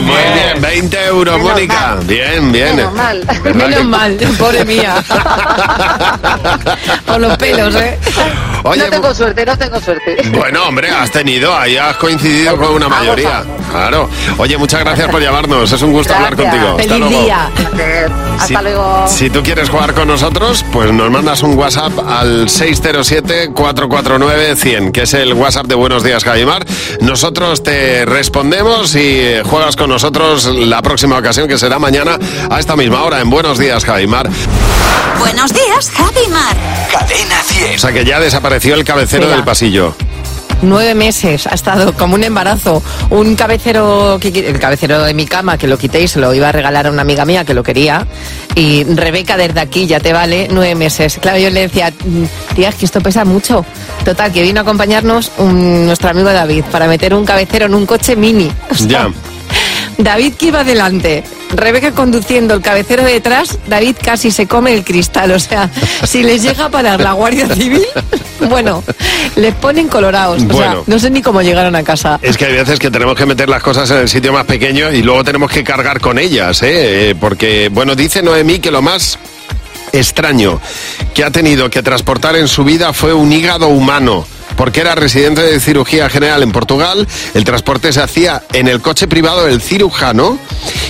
[SPEAKER 3] Muy bien, 20 euros,
[SPEAKER 4] Menos
[SPEAKER 3] Mónica. Bien, bien.
[SPEAKER 4] Menos mal.
[SPEAKER 3] ¿Verdad
[SPEAKER 4] Menos
[SPEAKER 3] que-
[SPEAKER 4] mal, pobre mía. Por los pelos, ¿eh?
[SPEAKER 3] Oye,
[SPEAKER 10] no tengo suerte, no tengo suerte.
[SPEAKER 3] Bueno, hombre, has tenido, ahí has coincidido con una mayoría. Claro. Oye, muchas gracias por llamarnos. Es un gusto hablar contigo. Hasta
[SPEAKER 10] Feliz
[SPEAKER 3] luego.
[SPEAKER 10] día. Hasta
[SPEAKER 3] Si-
[SPEAKER 10] luego.
[SPEAKER 3] Si tú quieres jugar con nosotros, pues nos mandas un WhatsApp al 607-449-100, que es el WhatsApp de Buenos Días, Javimar. Nosotros te respondemos y eh, juegas con nosotros la próxima ocasión, que será mañana a esta misma hora en Buenos Días, Javimar.
[SPEAKER 16] Buenos días, Javi y Mar. Cadena 100.
[SPEAKER 3] O sea que ya desapareció el cabecero
[SPEAKER 4] Espera.
[SPEAKER 3] del pasillo.
[SPEAKER 4] Nueve meses ha estado como un embarazo. Un cabecero, que qui- el cabecero de mi cama, que lo quité y se lo iba a regalar a una amiga mía que lo quería. Y Rebeca, desde aquí ya te vale, nueve meses. Claro, yo le decía, "Mm, tía, es que esto pesa mucho. Total, que vino a acompañarnos un- nuestro amigo David para meter un cabecero en un coche mini.
[SPEAKER 3] Ya.
[SPEAKER 4] David que iba delante, Rebeca conduciendo, el cabecero detrás, David casi se come el cristal. O sea, si les llega a parar la Guardia Civil, bueno, les ponen colorados. O sea,
[SPEAKER 3] Bueno.
[SPEAKER 4] no sé ni cómo llegaron a casa.
[SPEAKER 3] Es que hay veces que tenemos que meter las cosas en el sitio más pequeño y luego tenemos que cargar con ellas, ¿eh? Eh, Porque, bueno, dice Noemí que lo más extraño que ha tenido que transportar en su vida fue un hígado humano. Porque era residente de cirugía general en Portugal, el transporte se hacía en el coche privado del cirujano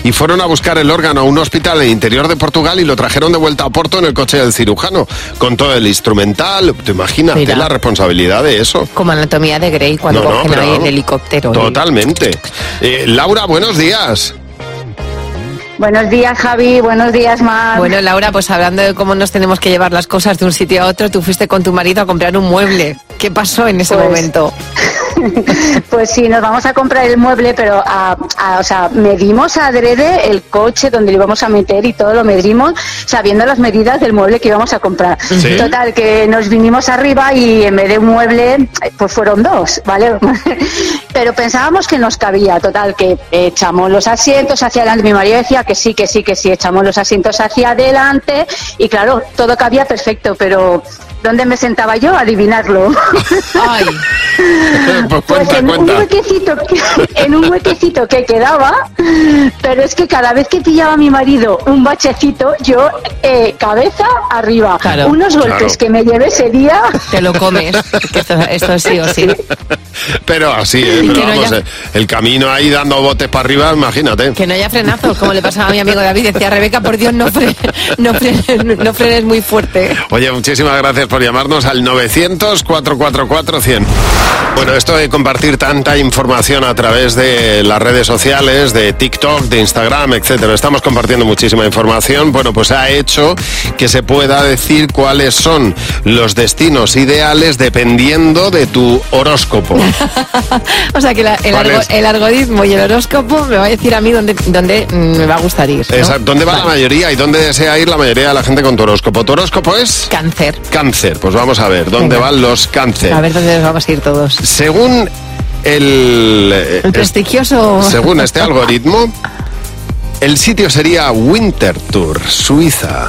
[SPEAKER 3] y fueron a buscar el órgano a un hospital en el interior de Portugal y lo trajeron de vuelta a Porto en el coche del cirujano, con todo el instrumental. ¿Te imaginas
[SPEAKER 4] Mira.
[SPEAKER 3] la responsabilidad de eso?
[SPEAKER 4] Como anatomía de Grey cuando
[SPEAKER 3] No, no,
[SPEAKER 4] cogen
[SPEAKER 3] pero
[SPEAKER 4] ahí el
[SPEAKER 3] vamos.
[SPEAKER 4] helicóptero.
[SPEAKER 3] Totalmente. Eh, Laura, buenos días.
[SPEAKER 24] Buenos días, Javi. Buenos días, Mar.
[SPEAKER 4] Bueno, Laura, pues hablando de cómo nos tenemos que llevar las cosas de un sitio a otro, tú fuiste con tu marido a comprar un mueble. ¿Qué pasó en ese
[SPEAKER 24] Pues,
[SPEAKER 4] momento?
[SPEAKER 24] Pues sí, nos vamos a comprar el mueble, pero a, a- o sea, medimos adrede el coche donde lo íbamos a meter y todo lo medimos sabiendo las medidas del mueble que íbamos a comprar. Sí. Total, que nos vinimos arriba y en vez de un mueble, eh, pues fueron dos, ¿vale? pero pensábamos que nos cabía, total, que echamos los asientos hacia adelante. Mi marido decía
[SPEAKER 7] que sí, que sí, que sí, echamos los asientos hacia adelante y claro, todo cabía perfecto, pero ¿dónde me sentaba yo? Adivinarlo.
[SPEAKER 3] Pues
[SPEAKER 7] Pues
[SPEAKER 3] cuenta,
[SPEAKER 7] en un,
[SPEAKER 3] cuenta.
[SPEAKER 7] huequecito, que- en un huequecito que quedaba, pero es que cada vez que pillaba a mi marido un bachecito, yo eh, cabeza arriba.
[SPEAKER 4] Claro.
[SPEAKER 7] Unos golpes
[SPEAKER 4] Claro.
[SPEAKER 7] que me llevé ese día.
[SPEAKER 4] Te lo comes. que esto, esto sí o sí.
[SPEAKER 3] Pero así, eh,
[SPEAKER 4] Y
[SPEAKER 3] pero
[SPEAKER 4] que no
[SPEAKER 3] vamos,
[SPEAKER 4] haya-
[SPEAKER 3] eh, el camino ahí dando botes para arriba, imagínate.
[SPEAKER 4] Que no haya frenazos, como le pasaba a mi amigo David. Decía, Rebeca, por Dios, no, fre- no, frenes, no frenes muy fuerte.
[SPEAKER 3] Oye, muchísimas gracias por llamarnos al 900-444-100. Bueno, esto de compartir tanta información a través de las redes sociales, de TikTok, de Instagram, etcétera, estamos compartiendo muchísima información. Bueno, pues ha hecho que se pueda decir cuáles son los destinos ideales dependiendo de tu horóscopo.
[SPEAKER 4] O sea que la- el,
[SPEAKER 3] ¿Cuál
[SPEAKER 4] algo-
[SPEAKER 3] es?
[SPEAKER 4] el algoritmo y el horóscopo me va a decir a mí dónde, dónde mm, me va a gustar ir. ¿no?
[SPEAKER 3] Exacto. ¿Dónde va la
[SPEAKER 4] Vale.
[SPEAKER 3] mayoría y dónde desea ir la mayoría de la gente con tu horóscopo? ¿Tu horóscopo es?
[SPEAKER 4] Cáncer.
[SPEAKER 3] Cáncer. Pues vamos a ver, ¿dónde
[SPEAKER 4] Venga.
[SPEAKER 3] van los cáncer?
[SPEAKER 4] A ver dónde nos vamos a ir todos.
[SPEAKER 3] Según el... eh,
[SPEAKER 4] El prestigioso.
[SPEAKER 3] es- según este algoritmo, el sitio sería Winterthur, Suiza.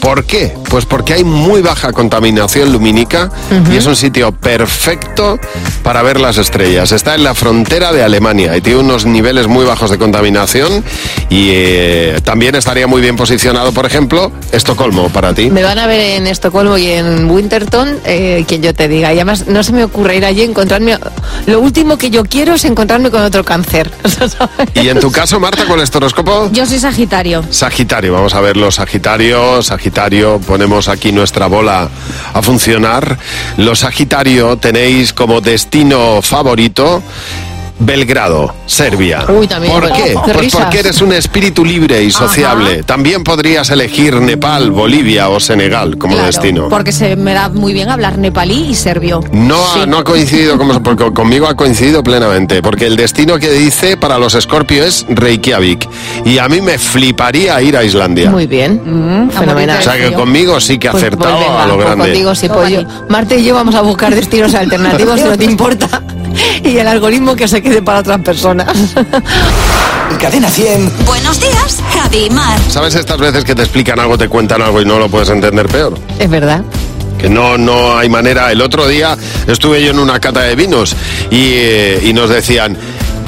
[SPEAKER 3] ¿Por qué? Pues porque hay muy baja contaminación lumínica y es un sitio perfecto para ver las estrellas. Está en la frontera de Alemania y tiene unos niveles muy bajos de contaminación y eh, también estaría muy bien posicionado, por ejemplo, Estocolmo para ti.
[SPEAKER 4] Me van a ver en Estocolmo y en Winterton, eh, quien yo te diga. Y además no se me ocurre ir allí y encontrarme. Lo último que yo quiero es encontrarme con otro cáncer.
[SPEAKER 3] Y en tu caso, Marta, ¿cuál es tu horóscopo?
[SPEAKER 15] Yo soy Sagitario.
[SPEAKER 3] Sagitario, vamos a verlo, Sagitario, Sagitario, ponemos aquí nuestra bola a funcionar. Los Sagitario tenéis como destino favorito Belgrado, Serbia.
[SPEAKER 4] Uy, también,
[SPEAKER 3] ¿Por
[SPEAKER 4] bueno,
[SPEAKER 3] qué?
[SPEAKER 4] qué
[SPEAKER 3] Pues
[SPEAKER 4] risas.
[SPEAKER 3] porque eres un espíritu libre y sociable. También podrías elegir Nepal, Bolivia o Senegal como destino.
[SPEAKER 15] Porque se me da muy bien hablar nepalí y serbio.
[SPEAKER 3] No, ha- no ha coincidido como, porque conmigo ha coincidido plenamente, porque el destino que dice para los Scorpio es Reykjavik. Y a mí me fliparía ir a Islandia.
[SPEAKER 4] Muy bien. Mm, fenomenal.
[SPEAKER 3] O sea que conmigo sí que
[SPEAKER 4] Pues
[SPEAKER 3] acertaba
[SPEAKER 4] volvemos,
[SPEAKER 3] a lo
[SPEAKER 4] pues
[SPEAKER 3] grande.
[SPEAKER 4] Contigo sí, pues yo. Marta y yo vamos a buscar destinos alternativos si no te importa. Y el algoritmo que se quede para otras personas.
[SPEAKER 2] Cadena 100.
[SPEAKER 1] Buenos días, Javi y Mar.
[SPEAKER 3] ¿Sabes estas veces que te explican algo, te cuentan algo y no lo puedes entender peor?
[SPEAKER 4] Es verdad.
[SPEAKER 3] Que no, no hay manera. El otro día estuve yo en una cata de vinos y, eh, y nos decían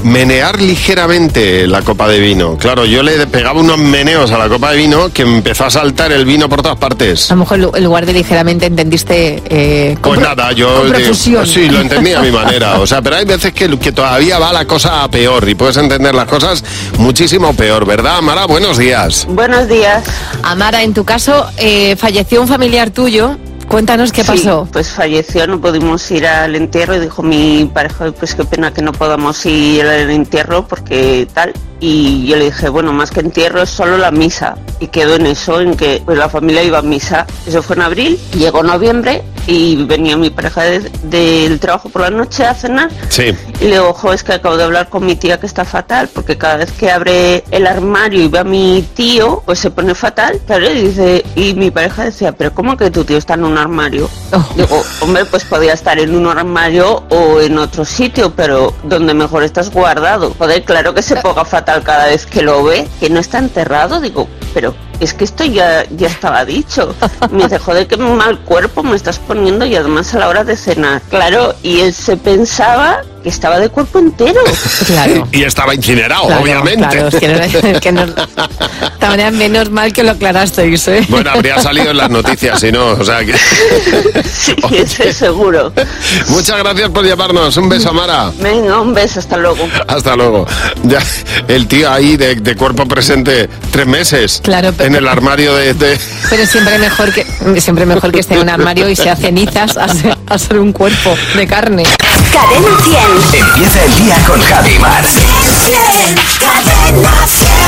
[SPEAKER 3] menear ligeramente la copa de vino. Claro, yo le pegaba unos meneos a la copa de vino que empezó a saltar el vino por todas partes.
[SPEAKER 4] A lo mejor en lugar de ligeramente entendiste. eh, con
[SPEAKER 3] Pues
[SPEAKER 4] pro-
[SPEAKER 3] nada, yo
[SPEAKER 4] con
[SPEAKER 3] digo-
[SPEAKER 4] profusión.
[SPEAKER 3] sí, lo entendí a mi manera. O sea, pero hay veces que, que todavía va la cosa a peor y puedes entender las cosas muchísimo peor, ¿verdad, Mara? Buenos días.
[SPEAKER 4] Buenos días. Amara, en tu caso, eh, falleció un familiar tuyo. Cuéntanos qué
[SPEAKER 16] Sí,
[SPEAKER 4] pasó.
[SPEAKER 16] pues falleció, no pudimos ir al entierro y dijo mi pareja, pues qué pena que no podamos ir al entierro porque tal. Y yo le dije, bueno, más que entierro es solo la misa. Y quedó en eso, en que pues, la familia iba a misa. Eso fue en abril, llegó noviembre y venía mi pareja de- del trabajo por la noche a cenar.
[SPEAKER 3] Sí.
[SPEAKER 16] Y le digo, "Jo, es que acabo de hablar con mi tía que está fatal, porque cada vez que abre el armario y ve a mi tío, pues se pone fatal, claro, y dice, y mi pareja decía, pero ¿cómo que tu tío está en un armario? Digo, hombre, pues podía estar en un armario o en otro sitio, pero donde mejor estás guardado. Joder, claro que se ponga fatal cada vez que lo ve, que no está enterrado, digo, pero es que esto ya, ya estaba dicho. Me dice, joder, qué mal cuerpo me estás poniendo y además a la hora de cenar. Claro, y él se pensaba que estaba de cuerpo entero.
[SPEAKER 4] Claro.
[SPEAKER 3] Y estaba incinerado,
[SPEAKER 4] Claro,
[SPEAKER 3] obviamente.
[SPEAKER 4] claro, es que no- que no- de esta manera, menos mal que lo aclarasteis. ¿eh?
[SPEAKER 3] Bueno, habría salido en las noticias, si no, o sea que...
[SPEAKER 16] seguro.
[SPEAKER 3] Muchas gracias por llamarnos. Un beso, Mara.
[SPEAKER 16] Venga, un beso, hasta luego.
[SPEAKER 3] Hasta luego. Ya, el tío ahí de, de cuerpo presente tres meses
[SPEAKER 4] Claro, pero-
[SPEAKER 3] en el armario de... de-
[SPEAKER 4] Pero siempre mejor que siempre mejor que esté en un armario y sea cenizas a ser, a ser un cuerpo de carne.
[SPEAKER 1] Cadena 100.
[SPEAKER 2] Empieza el día con Javi Mar.
[SPEAKER 1] Cadena 100.